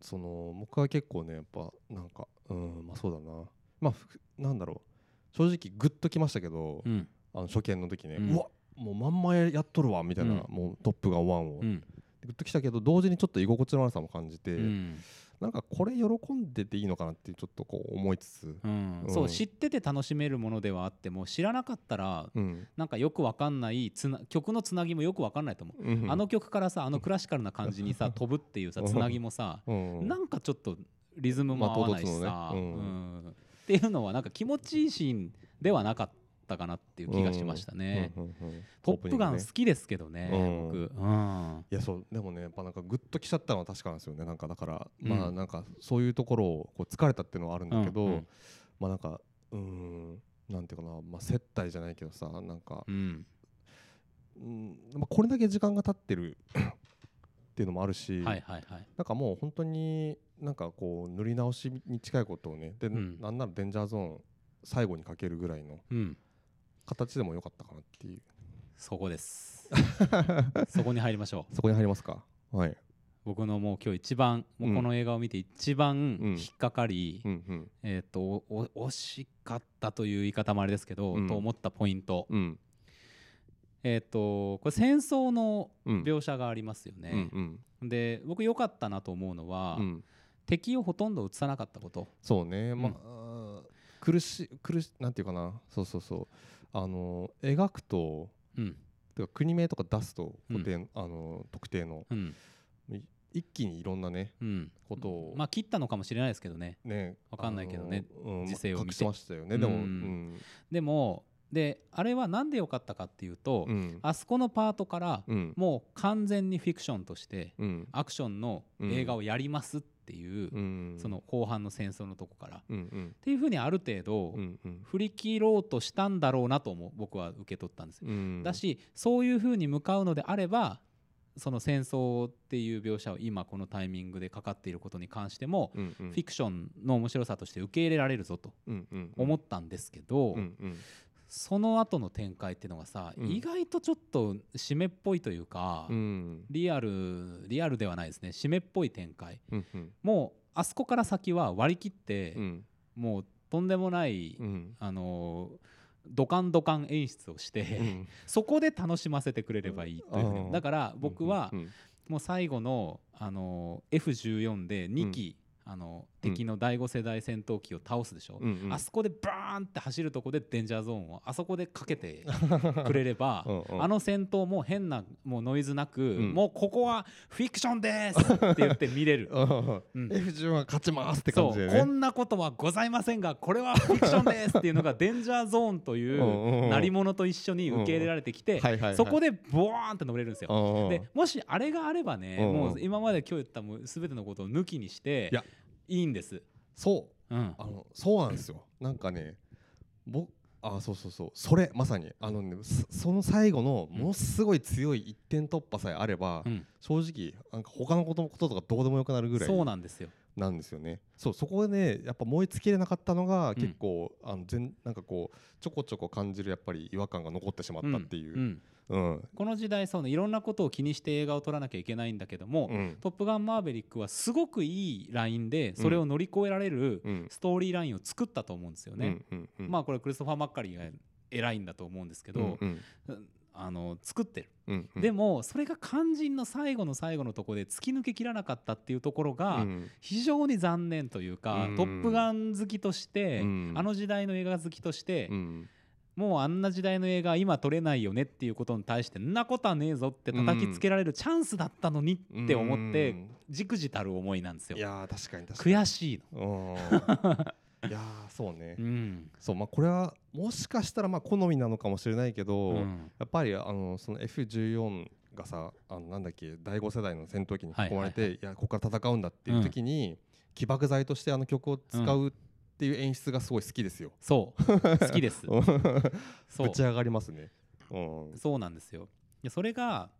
Speaker 2: その僕は結構ねやっぱなんかうんまあそうだなまあふなんだろう正直グッときましたけど、
Speaker 1: うん
Speaker 2: あの初見の時ね、
Speaker 1: う
Speaker 2: うんわもうまんまやっとるわみたいな、
Speaker 1: うん
Speaker 2: もう「トップガン1を」
Speaker 1: うん
Speaker 2: グッときたけど同時にちょっと居心地の悪さも感じて、
Speaker 1: うん
Speaker 2: なんかこれ喜んでていいのかなってちょっとこう思いつつ、
Speaker 1: うん
Speaker 2: うん
Speaker 1: そう知ってて楽しめるものではあっても知らなかったら
Speaker 2: うん
Speaker 1: なんかよくわかんないつな曲のつなぎもよくわかんないと思う
Speaker 2: うん
Speaker 1: あの曲からさあのクラシカルな感じに さ飛ぶっていうさつなぎもさ
Speaker 2: うん
Speaker 1: なんかちょっとリズムも合わないし
Speaker 2: ま
Speaker 1: さ
Speaker 2: あ唐突の、ねうん
Speaker 1: うんっていうのはなんか気持ちいいシーンではなかったかなっていう気がしましたね。
Speaker 2: うんうんうん
Speaker 1: トップガ
Speaker 2: オ
Speaker 1: ン
Speaker 2: ープニ
Speaker 1: 好
Speaker 2: グね
Speaker 1: きですけどね、
Speaker 2: うん
Speaker 1: 僕、うん
Speaker 2: いやそうでもねやっぱなんかグッときちゃったのは確かなんですよねなんかだから、
Speaker 1: うん
Speaker 2: まあなんかそういうところをこう疲れたっていうのはあるんだけど、
Speaker 1: うんうん
Speaker 2: まあなんかうーんなんていうかな、まあ、接待じゃないけどさなんか
Speaker 1: う、ん
Speaker 2: うんまあ、これだけ時間が経ってる っていうのもあるし、
Speaker 1: はいはいはい。
Speaker 2: なんかもう本当になんかこう塗り直しに近いことをねで、
Speaker 1: ん
Speaker 2: なんならデンジャーゾーン最後にかけるぐらいの
Speaker 1: うん
Speaker 2: 形でも良かったかなっていう
Speaker 1: そこ です。そこに入りましょう。
Speaker 2: そこに入りますかはい
Speaker 1: 僕のもう今日一番、もうこの映画を見て一番
Speaker 2: うん
Speaker 1: 引っかかり、
Speaker 2: うんうん
Speaker 1: えっ、とおお惜しかったという言い方もあれですけど、
Speaker 2: うん
Speaker 1: と思ったポイント、
Speaker 2: うん
Speaker 1: えっ、とこれ戦争の
Speaker 2: うん
Speaker 1: 描写がありますよ
Speaker 2: うん
Speaker 1: ね。
Speaker 2: うん
Speaker 1: で僕良かったなと思うのは、
Speaker 2: うん
Speaker 1: 敵をほとんど映さなかったこと。
Speaker 2: そうね、
Speaker 1: う
Speaker 2: まあ
Speaker 1: ん
Speaker 2: あー、苦しい苦しいなんていうかなそうそうそうあの描くと
Speaker 1: うん
Speaker 2: てか国名とか出すと
Speaker 1: うん
Speaker 2: 固定、あの特定の
Speaker 1: うん
Speaker 2: い一気にいろんなね
Speaker 1: うん、
Speaker 2: ことを、
Speaker 1: まあ切ったのかもしれないですけどね
Speaker 2: ね
Speaker 1: わかんないけどね
Speaker 2: あのうん
Speaker 1: 時勢を見て
Speaker 2: 隠しましたよねでも
Speaker 1: う
Speaker 2: うんん
Speaker 1: でもであれはなんで良かったかっていうと、
Speaker 2: うん
Speaker 1: あそこのパートから
Speaker 2: うん
Speaker 1: もう完全にフィクションとして
Speaker 2: うん
Speaker 1: アクションの映画をやりますっていう、
Speaker 2: うん
Speaker 1: その後半の戦争のとこから。っ
Speaker 2: うんうん
Speaker 1: ていうふうにある程度
Speaker 2: うんうん
Speaker 1: 振り切ろうとしたんだろうなとも僕は受け取ったんですよ。
Speaker 2: うん
Speaker 1: だしそういうふうに向かうのであればその戦争っていう描写を今このタイミングでかかっていることに関しても
Speaker 2: うんうん
Speaker 1: フィクションの面白さとして受け入れられるぞと
Speaker 2: うんうん
Speaker 1: 思ったんですけど、
Speaker 2: うんうん
Speaker 1: その後の展開っていうのがさ、
Speaker 2: うん
Speaker 1: 意外とちょっと締めっぽいというか、
Speaker 2: うん
Speaker 1: リアルリアルではないですね締めっぽい展開
Speaker 2: うんうん
Speaker 1: もうあそこから先は割り切って、
Speaker 2: うん
Speaker 1: もうとんでもない、
Speaker 2: うん
Speaker 1: あのードカンドカン演出をして、
Speaker 2: うん
Speaker 1: そこで楽しませてくれればいいというふうに
Speaker 2: あー
Speaker 1: だから僕は
Speaker 2: うん
Speaker 1: もう最後の、あの F14 で2機、あの敵の第5世代戦闘機を倒すでしょ、
Speaker 2: うんうん
Speaker 1: あそこでバーンって走るとこでデンジャーゾーンをあそこでかけ てくれれば
Speaker 2: うんうん
Speaker 1: あの戦闘も変なもうノイズなく、
Speaker 2: ん
Speaker 1: もうここはフィクションですって言って見れ る。
Speaker 2: う
Speaker 1: うんん
Speaker 2: F10 は勝ちますって
Speaker 1: そ
Speaker 2: 感
Speaker 1: う
Speaker 2: じで
Speaker 1: こ
Speaker 2: ね
Speaker 1: んなことはございませんがこれはフィクションですっていうのがデンジャーゾーンとい
Speaker 2: うんうんう
Speaker 1: うん鳴り物と一緒に受け入れられてきて
Speaker 2: はいはいはい
Speaker 1: そこでボワーンって乗れるんですよ。で
Speaker 2: で
Speaker 1: もしあれがあればね、
Speaker 2: うんうん
Speaker 1: もう今まで今日言ったもう全てのことを抜きにして
Speaker 2: いや
Speaker 1: いいんです。
Speaker 2: そう
Speaker 1: うん、
Speaker 2: あのそうなんですよなんかね僕あそうそうそうそれまさにあのねそその最後のものすごい強い一点突破さえあれば、
Speaker 1: うん
Speaker 2: 正直なんか他のことこととかどうでもよくなるぐらい
Speaker 1: そうなんですよ。
Speaker 2: なんですよね。そうそこでねやっぱ燃え尽きれなかったのが
Speaker 1: ん
Speaker 2: 結構、あの全なんかこうちょこちょこ感じるやっぱり違和感が残ってしまったっていう。
Speaker 1: うんうん
Speaker 2: うん
Speaker 1: この時代そうねいろんなことを気にして映画を撮らなきゃいけないんだけども「
Speaker 2: うん
Speaker 1: トップガンマーヴェリック」はすごくいいラインでそれを乗り越えられる
Speaker 2: うん
Speaker 1: ストーリーラインを作ったと思うんですよね。
Speaker 2: うんうん
Speaker 1: まあこれクリストファー・マッカリーが偉いんだと思うんですけ
Speaker 2: うん
Speaker 1: ど、
Speaker 2: うん
Speaker 1: あの作ってる、
Speaker 2: うんうん
Speaker 1: でもそれが肝心の最後の最後のところで突き抜けきらなかったっていうところが
Speaker 2: うん
Speaker 1: 非常に残念というか、
Speaker 2: うん
Speaker 1: トップガン好きとして、
Speaker 2: うん
Speaker 1: あの時代の映画好きとして、
Speaker 2: うん
Speaker 1: もうあんな時代の映画今撮れないよねっていうことに対してんなことはねえぞって叩きつけられるチャンスだったのにって思っ
Speaker 2: う
Speaker 1: て
Speaker 2: ん
Speaker 1: じくじたる思いなんです
Speaker 2: い
Speaker 1: よ
Speaker 2: やー確かに確かに
Speaker 1: 悔しい
Speaker 2: うんいやーそうね
Speaker 1: のうん、
Speaker 2: そうまあこれはもしかしたらまあ好みなのかもしれないけど、
Speaker 1: う
Speaker 2: や
Speaker 1: ん
Speaker 2: っぱりあのその F14 がさあのなんだっけ第5世代の戦闘機に囲まれて、
Speaker 1: はいはい
Speaker 2: やここから戦うんだっていう時に、起爆剤としてあの曲を使うっていう演出がすごい好きですよ。
Speaker 1: そう 好きですそ
Speaker 2: ぶ
Speaker 1: う
Speaker 2: ち上がりますね。うん
Speaker 1: そうなんですよでそれが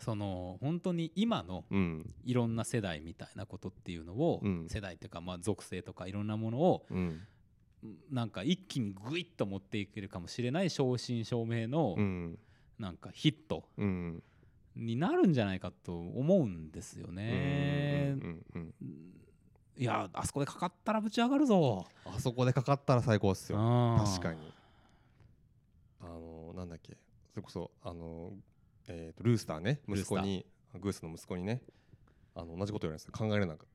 Speaker 1: その本当に今の
Speaker 2: うん
Speaker 1: いろんな世代みたいなことっていうのを、
Speaker 2: うん
Speaker 1: 世代っていうかまあ属性とかいろんなものを
Speaker 2: うん
Speaker 1: なんか一気にグイッと持っていけるかもしれない正真正銘の
Speaker 2: うん
Speaker 1: なんかヒット、
Speaker 2: うん
Speaker 1: になるんじゃないかと思うんですよね
Speaker 2: うん。うんうん
Speaker 1: いやあそこでかかったらぶち上がるぞ。
Speaker 2: あそこでかかったら最高っすよ。確
Speaker 1: 確
Speaker 2: か。にあのなんだっけそれこそあの、えー、とルースターね
Speaker 1: ルー
Speaker 2: 息
Speaker 1: スタ
Speaker 2: 子
Speaker 1: ー
Speaker 2: にグースの息子にねあの同じこと言われるんですよ考えれなくて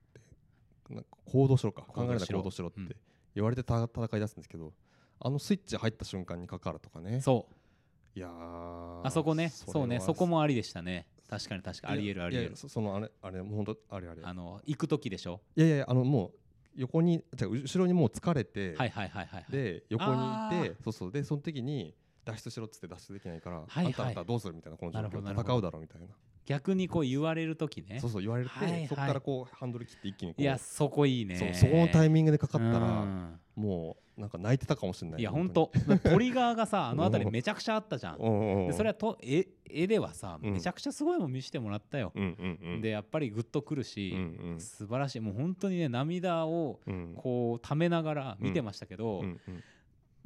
Speaker 2: なんか行動しろか考
Speaker 1: 行動しろ
Speaker 2: えれなく行動しろって
Speaker 1: うん
Speaker 2: 言われてた戦い出すんですけど、あのスイッチ入った瞬間にかかるとかね
Speaker 1: そう。
Speaker 2: いやー
Speaker 1: あそこね、
Speaker 2: れ
Speaker 1: そうね、
Speaker 2: は
Speaker 1: そこもありでしたね。確かに確かに
Speaker 2: い
Speaker 1: あ
Speaker 2: や
Speaker 1: りえるあり
Speaker 2: い
Speaker 1: え
Speaker 2: やい
Speaker 1: る
Speaker 2: や。そそのあれあれもう本当あれあれ
Speaker 1: あの行く時でしょ。
Speaker 2: いやいやいやあのもう横にじゃあ後ろにもう疲れて、
Speaker 1: はいはいはいはいはい。
Speaker 2: で横に
Speaker 1: あ
Speaker 2: いて
Speaker 1: ー
Speaker 2: そうそうでその時に脱出しろっつって脱出できないから、
Speaker 1: はいはい
Speaker 2: あんたあんたどうするみたいなこの状
Speaker 1: なるほどな
Speaker 2: 況
Speaker 1: るほど
Speaker 2: 戦うだろうみたいな
Speaker 1: 逆にこう言われる時ね
Speaker 2: そう。そう言われて、
Speaker 1: はいはい
Speaker 2: そこからこうハンドル切って一気にこう
Speaker 1: いやそこいいね。
Speaker 2: そうそこのタイミングでかかった
Speaker 1: う
Speaker 2: ら
Speaker 1: ん
Speaker 2: もうなんか泣いてたかもしれない
Speaker 1: いや本当トリガーが さあの辺りめちゃくちゃあったじゃん。でそれは
Speaker 2: は
Speaker 1: と絵絵ではさ
Speaker 2: うん
Speaker 1: めちゃくちゃすごいもん見せてもらったよ。
Speaker 2: うんうんうん
Speaker 1: でやっぱりグッとくる
Speaker 2: うん
Speaker 1: し
Speaker 2: う、ん
Speaker 1: 素晴らしいもう本当にね涙を
Speaker 2: うん
Speaker 1: こうためながら見てましたけど、
Speaker 2: うんうん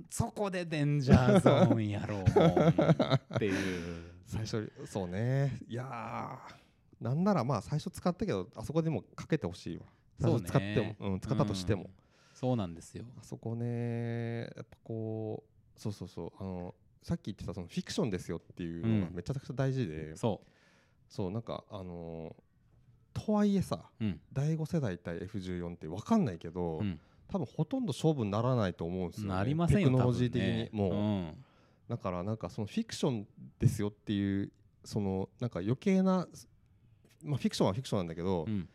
Speaker 1: そこでデンジャーゾーンやろうもんっていう
Speaker 2: 最初そうねいやーなんならまあ最初使ったけどあそこでもかけてほしいわ最初使っても
Speaker 1: そう
Speaker 2: うん、使ったとしても、
Speaker 1: うんそうなんですよ
Speaker 2: あそこねやっぱこうそうそうそうあのさっき言ってたそのフィクションですよっていうのが
Speaker 1: うん
Speaker 2: めちゃくちゃ大事で、
Speaker 1: そ
Speaker 2: そうなんかあのーとはいえさ
Speaker 1: ううん、
Speaker 2: 第5世代対 F14 って分かんないけど、
Speaker 1: うん
Speaker 2: 多分ほとんど勝負にならないと思うんですよ、ね、
Speaker 1: なりませんよ
Speaker 2: テクノロジー的に、
Speaker 1: 多分ね
Speaker 2: もう、
Speaker 1: うん
Speaker 2: だからなんかそのフィクションですよっていうそのなんか余計な、まあ、フィクションはフィクションなんだけど、
Speaker 1: うん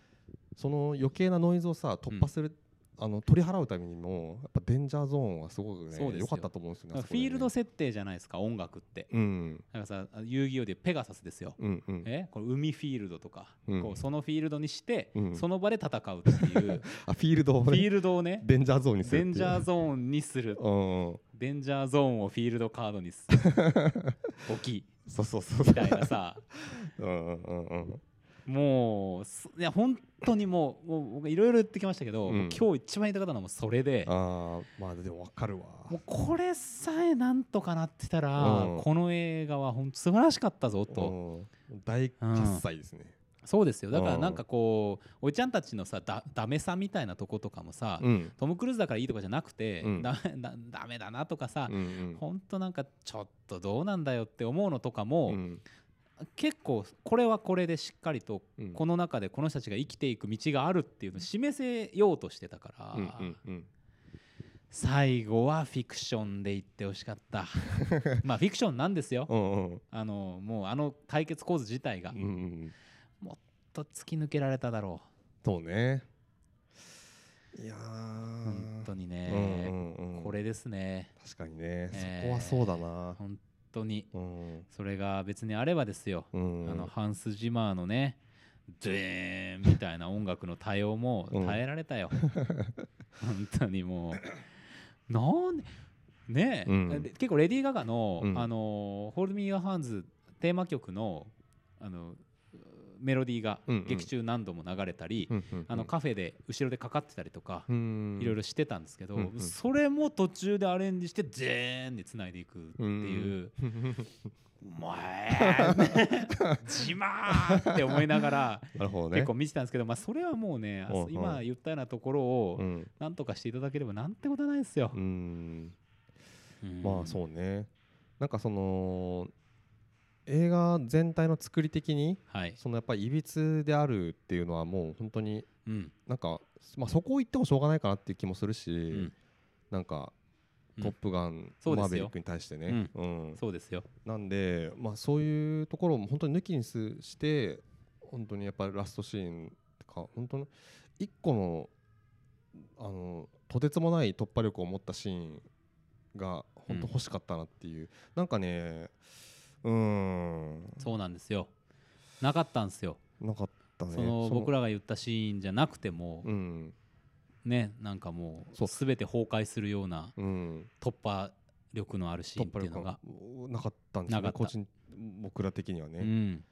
Speaker 2: その余計なノイズをさ突破する、あの取り払うためにもやっぱデンジャーゾーンはすごくね
Speaker 1: そうですよ
Speaker 2: 良かったと思うんですよね。あそ
Speaker 1: フ
Speaker 2: こでね
Speaker 1: ィールド設定じゃないですか音楽って
Speaker 2: うん
Speaker 1: なんかさ遊戯王でペガサスですよ
Speaker 2: うんうん
Speaker 1: えこれ海フィールドとか、
Speaker 2: うん
Speaker 1: こうそのフィールドにして、
Speaker 2: うん
Speaker 1: その場で戦うっていう
Speaker 2: あフィールドを
Speaker 1: フィ
Speaker 2: ね
Speaker 1: ールドをね
Speaker 2: デンジャーゾーンにする
Speaker 1: デン
Speaker 2: っていう
Speaker 1: ジャーゾーンにする
Speaker 2: うん
Speaker 1: デンジャーゾーンをフィールドカードに す置き
Speaker 2: そうそうそうそ
Speaker 1: み
Speaker 2: う
Speaker 1: たいなさ
Speaker 2: うんうんうんうん
Speaker 1: もうすいや本当にもうもう僕いろいろ言ってきましたけど、
Speaker 2: うん
Speaker 1: もう今日一番言いたかったのはもうそれで
Speaker 2: ああまあでも分かるわ
Speaker 1: もうこれさえなんとかなってたら、
Speaker 2: うん
Speaker 1: この映画は本当素晴らしかったぞと、
Speaker 2: うん大喝采ですね
Speaker 1: そうですよだか
Speaker 2: う
Speaker 1: ら
Speaker 2: ん
Speaker 1: なんかこうおいちゃんたちのさだダメさみたいなとことかもさ、
Speaker 2: うん
Speaker 1: トム・クルーズだからいいとかじゃなくて、
Speaker 2: うん
Speaker 1: だだダメだなとかさ、
Speaker 2: うんうん
Speaker 1: ほんとなんかちょっとどうなんだよって思うのとかも、
Speaker 2: うん
Speaker 1: 結構これはこれでしっかりと
Speaker 2: うん
Speaker 1: この中でこの人たちが生きていく道があるっていうのを示せようとしてたから、
Speaker 2: うんうんうん
Speaker 1: 最後はフィクションで言ってほしかった まあフィクションなんですよ
Speaker 2: うんうん
Speaker 1: あのもうあの対決構図自体が
Speaker 2: うんうん
Speaker 1: と突き抜けられただろ
Speaker 2: そうねいや
Speaker 1: う
Speaker 2: ー
Speaker 1: 本当にね、
Speaker 2: うんうんうん
Speaker 1: これですね
Speaker 2: 確かにね、
Speaker 1: えー
Speaker 2: そこはそうだな
Speaker 1: 本当に
Speaker 2: うん
Speaker 1: それが別にあればですよ、
Speaker 2: うん
Speaker 1: あのハンス・ジマーのねデーンみたいな音楽の対応も
Speaker 2: うん
Speaker 1: 耐えられたよ、 本当にもうなんでねえ、
Speaker 2: うん
Speaker 1: で結構レディー・ガガの「
Speaker 2: うん
Speaker 1: あのホールミー・ア・ハンズ」テーマ曲のあのメロディーが
Speaker 2: うんうん
Speaker 1: 劇中何度も流れたり、
Speaker 2: うんうんうん
Speaker 1: あのカフェで後ろでかかってたりとか、
Speaker 2: うん
Speaker 1: いろいろしてたんですけど、
Speaker 2: うんうん
Speaker 1: それも途中でアレンジして「デーン」でつないでいくっていう。もうえー自慢って思いなが ら
Speaker 2: なるほどね
Speaker 1: 結構見てたんですけど、まあそれはもうね、あ
Speaker 2: うんうん
Speaker 1: 今言ったようなところを
Speaker 2: うん
Speaker 1: なんとかしていただければなんてことはないですよ
Speaker 2: う。ん
Speaker 1: うん
Speaker 2: まあそうねなんかその映画全体の作り的に
Speaker 1: はい、
Speaker 2: そのやっぱりいびつであるっていうのはもう本当に
Speaker 1: うん
Speaker 2: なんか、まあ、そこを言ってもしょうがないかなっていう気もするし、
Speaker 1: ん
Speaker 2: なんか
Speaker 1: う
Speaker 2: 「
Speaker 1: ん
Speaker 2: トップガン」
Speaker 1: そうですよ
Speaker 2: マーベリックに対してね、うん
Speaker 1: そうですよ。
Speaker 2: なんで、まあ、そういうところも本当に抜きにすして本当にやっぱりラストシーンとか本当の一個のあのとてつもない突破力を持ったシーンが本当欲しかったなっていう、なんかねうーん
Speaker 1: そうなんですよ。なかったんですよ。
Speaker 2: なかったね
Speaker 1: その僕らが言ったシーンじゃなくても、
Speaker 2: うん
Speaker 1: ねなんかも
Speaker 2: そう
Speaker 1: うすべて崩壊するような
Speaker 2: うん
Speaker 1: 突破力のあるシーンっていうのが、
Speaker 2: 力なかったんです
Speaker 1: な
Speaker 2: よ
Speaker 1: か
Speaker 2: ね
Speaker 1: った
Speaker 2: 個人僕ら的にはね、
Speaker 1: うん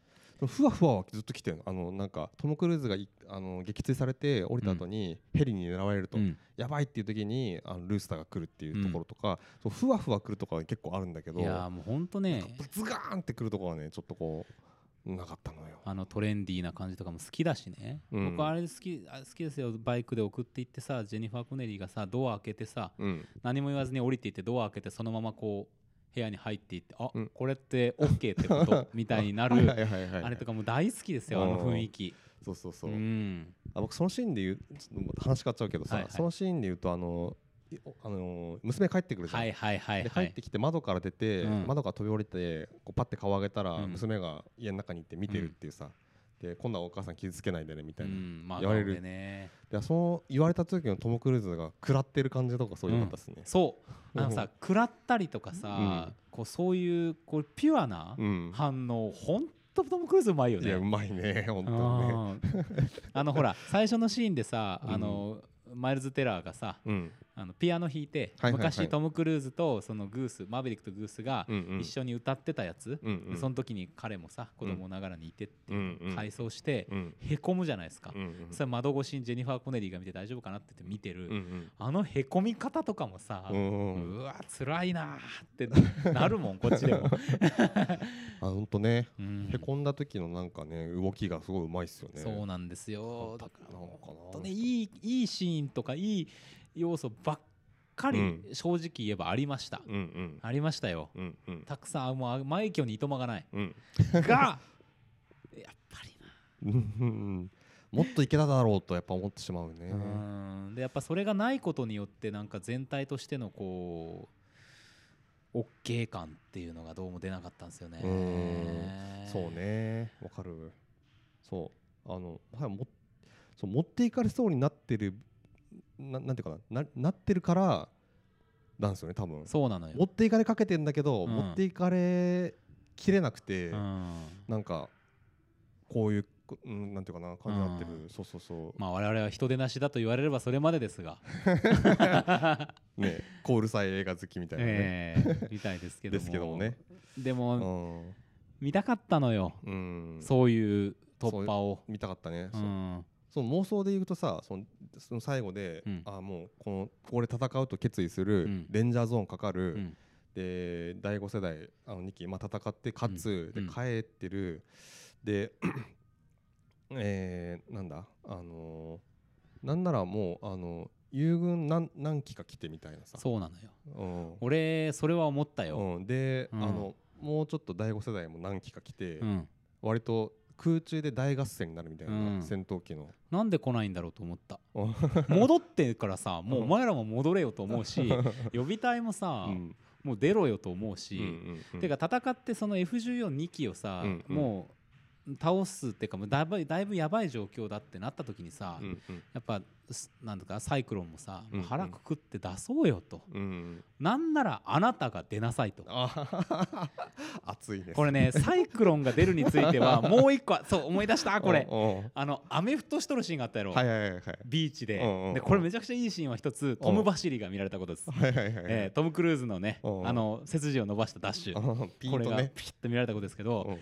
Speaker 2: ふわふわはずっと来てるのあのなんかトム・クルーズがいあの撃墜されて降りた後にヘリに狙われると、
Speaker 1: うん
Speaker 2: やばいっていう時にあのルースターが来るっていうところとか、そうふわふわ来るとかは結構あるんだけど
Speaker 1: いやーもう本当
Speaker 2: なん
Speaker 1: ね
Speaker 2: かズガーンって来るところはねちょっとこうなかったのよ。
Speaker 1: あのトレンディーな感じとかも好きだしね、
Speaker 2: うん
Speaker 1: 僕あれ好きあ好きですよバイクで送っていってさジェニファー・コネリーがさドア開けてさ
Speaker 2: うん、
Speaker 1: 何も言わずに降りていってドア開けてそのままこう部屋に入っていってあ、
Speaker 2: うん
Speaker 1: これって OK ってこと みたいになる
Speaker 2: はいはいはいはい
Speaker 1: あれとかも大好きですよあの雰囲気
Speaker 2: そうそうそうう、
Speaker 1: ん
Speaker 2: あ僕そのシーンで言うちょっと話変わっちゃうけどさ、
Speaker 1: はいはい
Speaker 2: そのシーンで言うとあのいおあの娘帰ってくるじゃん、
Speaker 1: はいはいはい
Speaker 2: で
Speaker 1: は
Speaker 2: 入っ
Speaker 1: い
Speaker 2: てきて窓から出て、
Speaker 1: うん
Speaker 2: 窓から飛び降りてこうパッて顔上げたら、
Speaker 1: うん
Speaker 2: 娘が家の中にいて見てるっていうさ、で今度はお母さん傷つけないでねみた
Speaker 1: う
Speaker 2: いな、
Speaker 1: んまあ
Speaker 2: 言われる
Speaker 1: 顔でね
Speaker 2: でその言われた時のトム・クルーズが食らってる感じとかそういうかったですね、
Speaker 1: そうあのさ食らったりとかさ、
Speaker 2: うん
Speaker 1: こうそういうこうピュアな
Speaker 2: うん
Speaker 1: 反応、ほんとトム・クルーズうまいよ
Speaker 2: い
Speaker 1: ね
Speaker 2: やうまいね本当にね
Speaker 1: うん あのほら最初のシーンでさ、
Speaker 2: うん
Speaker 1: あのマイルズ・テラーがさ
Speaker 2: うん
Speaker 1: あのピアノ弾いて、
Speaker 2: はいはいはい
Speaker 1: 昔トム・クルーズとそのグースマーベリックとグースが
Speaker 2: うんうん
Speaker 1: 一緒に歌ってたやつ、
Speaker 2: うんうん
Speaker 1: その時に彼もさ子供ながらにいてって
Speaker 2: うんうん
Speaker 1: 回想して、
Speaker 2: うん
Speaker 1: へこむじゃないですか、
Speaker 2: うんうん
Speaker 1: それ窓越しにジェニファー・コネリーが見て大丈夫かなって言って見てる、
Speaker 2: うん
Speaker 1: あのへこみ方とかもさ、
Speaker 2: う
Speaker 1: うん
Speaker 2: うん
Speaker 1: わ辛いなーってなるもんこっちで も、
Speaker 2: あ本当ね
Speaker 1: うん
Speaker 2: へこんだ時のなんかね動きがすごいうまいっすよね
Speaker 1: そうなんですよだから
Speaker 2: なんかな
Speaker 1: 本当ねいいいいシーンとかいい要素ばっか
Speaker 2: う
Speaker 1: り
Speaker 2: ん
Speaker 1: 正直言えばありました、
Speaker 2: うん
Speaker 1: ありましたよ
Speaker 2: うんうんうん
Speaker 1: たくさんあもうあマイキョにいとまが ない
Speaker 2: うん
Speaker 1: がやっぱり
Speaker 2: うんうんもっといけただろうとやっぱ思ってしまうね
Speaker 1: な、うんでやっぱそれがないことによってなんか全体としてのこう OK 感っていうのがどうも出なかったんですよね
Speaker 2: うんそうねわかるそうあの、はい、もそう持っていかれそうになってるななんていうかなななってるからなんですよね多分
Speaker 1: そうなのよ
Speaker 2: 持っていかれかけてんだけど、
Speaker 1: うん
Speaker 2: 持っていかれきれなくて、
Speaker 1: うん
Speaker 2: なんかこういう、こうん、なんていうかな感じになってる、
Speaker 1: うん
Speaker 2: そうそうそう、
Speaker 1: まあ我々は人手なしだと言われればそれまでですが
Speaker 2: ねこううるさい映画好きみたいなね、
Speaker 1: ええみたいですけども
Speaker 2: ですけどもね
Speaker 1: で
Speaker 2: う
Speaker 1: も
Speaker 2: ん、
Speaker 1: 見たかったのよ、
Speaker 2: うん、
Speaker 1: そういう突破を
Speaker 2: 見たかったね、
Speaker 1: う
Speaker 2: そうんその妄想で言うとさそのその最後で、
Speaker 1: うん
Speaker 2: あもうこのここで戦うと決意する、
Speaker 1: うん
Speaker 2: レンジャーゾーンかか
Speaker 1: う
Speaker 2: る、
Speaker 1: ん
Speaker 2: で第5世代あの2期、まあ、戦って勝つ、
Speaker 1: うん
Speaker 2: で帰ってるで えー、なんだあのーなんならもうあの友軍何何期か来てみたいなさ
Speaker 1: そうなのよ
Speaker 2: うん
Speaker 1: 俺それは思ったよ、
Speaker 2: うんで、
Speaker 1: うん
Speaker 2: あのもうちょっと第5世代も何期か来て、
Speaker 1: うん
Speaker 2: 割と空中で大合戦になるみたいな、
Speaker 1: うん
Speaker 2: 戦闘機の
Speaker 1: なんで来ないんだろうと思った
Speaker 2: うん
Speaker 1: 戻ってからさもうお前らも戻れよと思う し予備隊もさ、
Speaker 2: うん
Speaker 1: もう出ろよと思うし、
Speaker 2: うんうん
Speaker 1: てか戦ってその F142 機をさ、
Speaker 2: うんうん
Speaker 1: もう倒すっていうかもうだいぶだいぶやばい状況だってなった時にさ、
Speaker 2: うんうん
Speaker 1: やっぱすなんとかサイクロンもさ、
Speaker 2: うんうん
Speaker 1: 腹くくって出そうよと
Speaker 2: うんうん
Speaker 1: なんならあなたが出なさいと。
Speaker 2: あはは は熱いね
Speaker 1: これ ねサイクロンが出るについてはもう一個はそう思い出したこれ
Speaker 2: うんうん
Speaker 1: あのアメフトしとるシーンがあったやろ、
Speaker 2: はいはいはいはい
Speaker 1: ビーチで,、
Speaker 2: うんうんうん
Speaker 1: でこれめちゃくちゃいいシーンは一つトム・バシリが見られたことです、
Speaker 2: はいはいはいはい
Speaker 1: えートム・クルーズのね、
Speaker 2: うんうん
Speaker 1: あの背筋を伸ばしたダッシュ、
Speaker 2: うんピ
Speaker 1: こ
Speaker 2: ン
Speaker 1: れ
Speaker 2: と
Speaker 1: が
Speaker 2: ね
Speaker 1: ピッと見られたことですけど、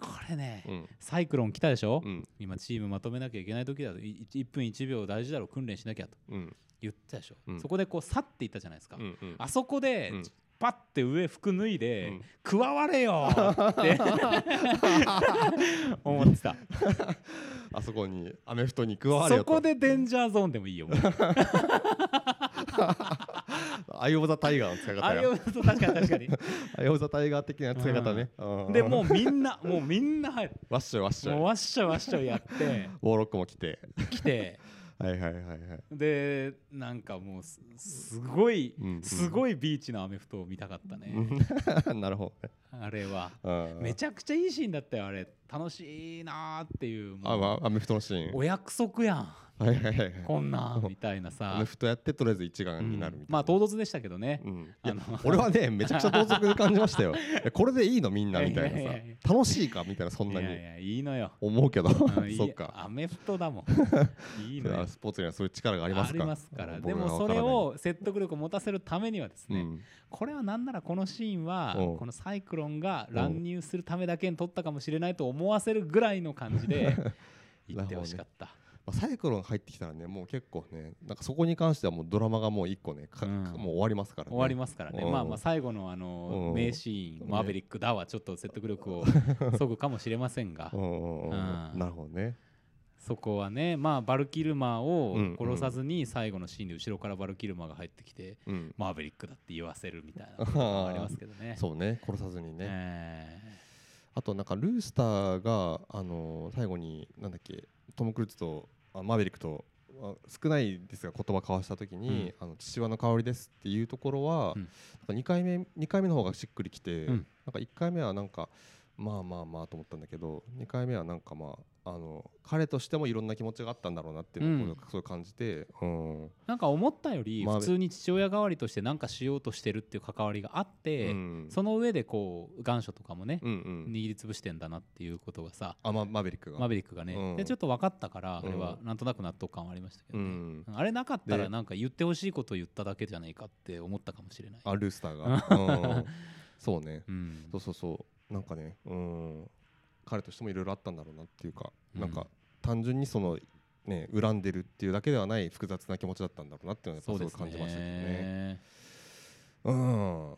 Speaker 1: これね、
Speaker 2: うんうん
Speaker 1: サイクロン来たでしょ、
Speaker 2: うん
Speaker 1: 今チームまとめなきゃいけない時だと1分1秒大事だろ訓練しなきゃと
Speaker 2: うん
Speaker 1: 言ったでしょ、
Speaker 2: うん
Speaker 1: そこでこう去っていったじゃないですか、
Speaker 2: うんうん
Speaker 1: あそこで、
Speaker 2: うん
Speaker 1: パッて上服脱いで、
Speaker 2: うん
Speaker 1: 加われよって 思ってた
Speaker 2: あそこにアメフトに加われよ
Speaker 1: そ
Speaker 2: と
Speaker 1: こでデンジャーゾーンでもいいよもう
Speaker 2: アイオブザタイガーの使い
Speaker 1: あ
Speaker 2: 方
Speaker 1: れ
Speaker 2: や
Speaker 1: をそう確かに確かに
Speaker 2: アイオブザタイガー的な使い方ねうん
Speaker 1: でもうみんなもうみんな入る
Speaker 2: ワッシュワッシ
Speaker 1: もう
Speaker 2: ュ
Speaker 1: わっしょいわっしょいやって
Speaker 2: ウォーロックも来て
Speaker 1: 来て
Speaker 2: はいはいはい はい
Speaker 1: でなんかもうすすごい
Speaker 2: うんうん
Speaker 1: すごいビーチのアメフトを見たかったね
Speaker 2: うんなるほ
Speaker 1: あれは
Speaker 2: どねうん
Speaker 1: めちゃくちゃいいシーンだったよあれ楽しいなーっていうもう
Speaker 2: あまあアメフトのシーン
Speaker 1: お約束やん
Speaker 2: はいはいはいはい
Speaker 1: こんなんみたいな
Speaker 2: ア
Speaker 1: さ
Speaker 2: メフトやってとりあえず一眼
Speaker 1: うん
Speaker 2: になるみたいな
Speaker 1: まあ唐突でしたけどね
Speaker 2: うん、い
Speaker 1: あ
Speaker 2: や
Speaker 1: の
Speaker 2: 俺はねめちゃくちゃ同族で感じ ましたよえこれでいいのみんなみたい
Speaker 1: いや
Speaker 2: ないさ
Speaker 1: やい
Speaker 2: 楽しいかみたいなそん
Speaker 1: い
Speaker 2: な
Speaker 1: やい
Speaker 2: に
Speaker 1: やいいのよ
Speaker 2: 思うけど
Speaker 1: あのいい
Speaker 2: そっか
Speaker 1: アメフトだも んいいのよ
Speaker 2: スポーツにはそういう力がありますか
Speaker 1: ありますから
Speaker 2: 僕
Speaker 1: で
Speaker 2: らは
Speaker 1: も
Speaker 2: 分
Speaker 1: それ
Speaker 2: からない
Speaker 1: を説得力を持たせるためにはです
Speaker 2: う
Speaker 1: ね、
Speaker 2: ん
Speaker 1: これはなんならこのシーンは
Speaker 2: うん
Speaker 1: このサイクロンが乱入するためだけに撮ったかもしれないと思わせるぐらいの感じ で言ってほしかった、
Speaker 2: まあサイクロン入ってきたらねもう結構ねなんかそこに関してはもうドラマがもう一個ねか
Speaker 1: うん
Speaker 2: もう終わりますからね
Speaker 1: 終わりますからね、
Speaker 2: うん
Speaker 1: まあまあ最後のあの
Speaker 2: うん
Speaker 1: 名シーン「
Speaker 2: ね
Speaker 1: マーベリックだ」はちょっと説得力をそぐかもしれません が
Speaker 2: うんうんうん
Speaker 1: うん
Speaker 2: なるほどね
Speaker 1: そこはねまあバルキルマを
Speaker 2: うん
Speaker 1: 殺さずに最後のシーンで後ろからバルキルマが入ってきて
Speaker 2: うん。
Speaker 1: マーベリックだって言わせるみたいなのがありますけどね
Speaker 2: そうね殺さずにね
Speaker 1: ええ
Speaker 2: あとなんかルースターがあのー最後になんだっけトム・クルーズとあマーヴェリックとあ少ないですが言葉交わした時に、あの父親の香りですっていうところは、
Speaker 1: うん
Speaker 2: なんか2回目二回目の方がしっくりきて、
Speaker 1: うん
Speaker 2: なんか1回目はなんかまあまあまあと思ったんだけど2回目はなんかまああの彼としてもいろんな気持ちがあったんだろうなっていうの
Speaker 1: う
Speaker 2: を
Speaker 1: ん
Speaker 2: すごい感じて、うん
Speaker 1: なんか思ったより
Speaker 2: まあ
Speaker 1: 普通に父親代わりとして何かしようとしてるっていう関わりがあって、
Speaker 2: うん
Speaker 1: その上でこう願書とかもね、
Speaker 2: うんう
Speaker 1: 握
Speaker 2: ん
Speaker 1: りつぶしてんだなっていうことがさ
Speaker 2: あまマーヴェリックが。
Speaker 1: マーベリックがね、
Speaker 2: うん
Speaker 1: でちょっと分かったからあ
Speaker 2: うん
Speaker 1: れはなんとなく納得感はありましたけ
Speaker 2: う
Speaker 1: どね、
Speaker 2: ん
Speaker 1: あれなかったら
Speaker 2: で
Speaker 1: なんか言ってほしいことを言っただけじゃないかって思ったかもしれない。
Speaker 2: あルースター が、うん、そうね
Speaker 1: うん
Speaker 2: そうそうそうなんかねうん彼としてもいろいろあったんだろうなっていうか、
Speaker 1: うん
Speaker 2: なんか単純にそのね恨んでるっていうだけではない複雑な気持ちだったんだろうなっていうのはやっぱすごい感じましたけどね。うん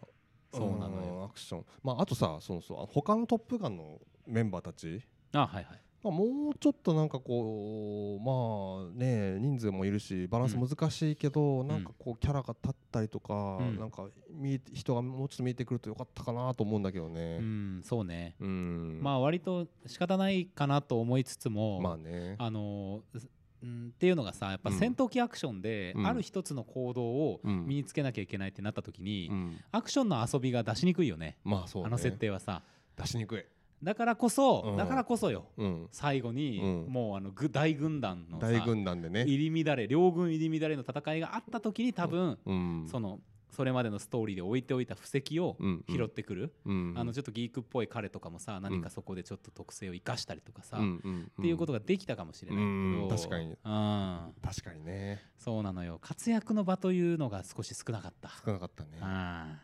Speaker 1: そうなのよ
Speaker 2: んアクションまああとさそのそうあ他の「トップガン」のメンバーたち
Speaker 1: あはいはい。
Speaker 2: まあもうちょっとなんかこうまあね人数もいるしバランス難しいけど、なんかこうキャラが立ったりとか、
Speaker 1: うん
Speaker 2: なんか見えて人がもうちょっと見えてくるとよかったかなと思うんだけどね。
Speaker 1: うんそうね。
Speaker 2: うん
Speaker 1: まあ割と仕方ないかなと思いつつも、
Speaker 2: まあね。
Speaker 1: あのーすうんっていうのがさやっぱ
Speaker 2: うん
Speaker 1: 戦闘機アクションで、
Speaker 2: うん
Speaker 1: ある一つの行動を
Speaker 2: うん
Speaker 1: 身につけなきゃいけないってなった時に、
Speaker 2: うん
Speaker 1: アクションの遊びが出しにくいよね
Speaker 2: まあそうね。
Speaker 1: あの設定はさ
Speaker 2: 出しにくい。
Speaker 1: だからこそ、
Speaker 2: うん
Speaker 1: だからこそよ
Speaker 2: うん。
Speaker 1: 最後に、
Speaker 2: うん
Speaker 1: もうあのぐ大軍団のさ
Speaker 2: 大軍団でね。
Speaker 1: 入り乱れ両軍入り乱れの戦いがあった時に多分、
Speaker 2: うん。
Speaker 1: そのそれまでのストーリーで置いておいた布石を
Speaker 2: うんうん
Speaker 1: 拾ってくる、
Speaker 2: うん
Speaker 1: あのちょっとギークっぽい彼とかもさ何かそこでちょっと特性を生かしたりとかさ、
Speaker 2: うんうん
Speaker 1: っていうことができたかもしれないけど、
Speaker 2: うん確かに
Speaker 1: うん
Speaker 2: 確かにね。
Speaker 1: そうなのよ活躍の場というのが少し少なかった
Speaker 2: 少なかったね。
Speaker 1: あ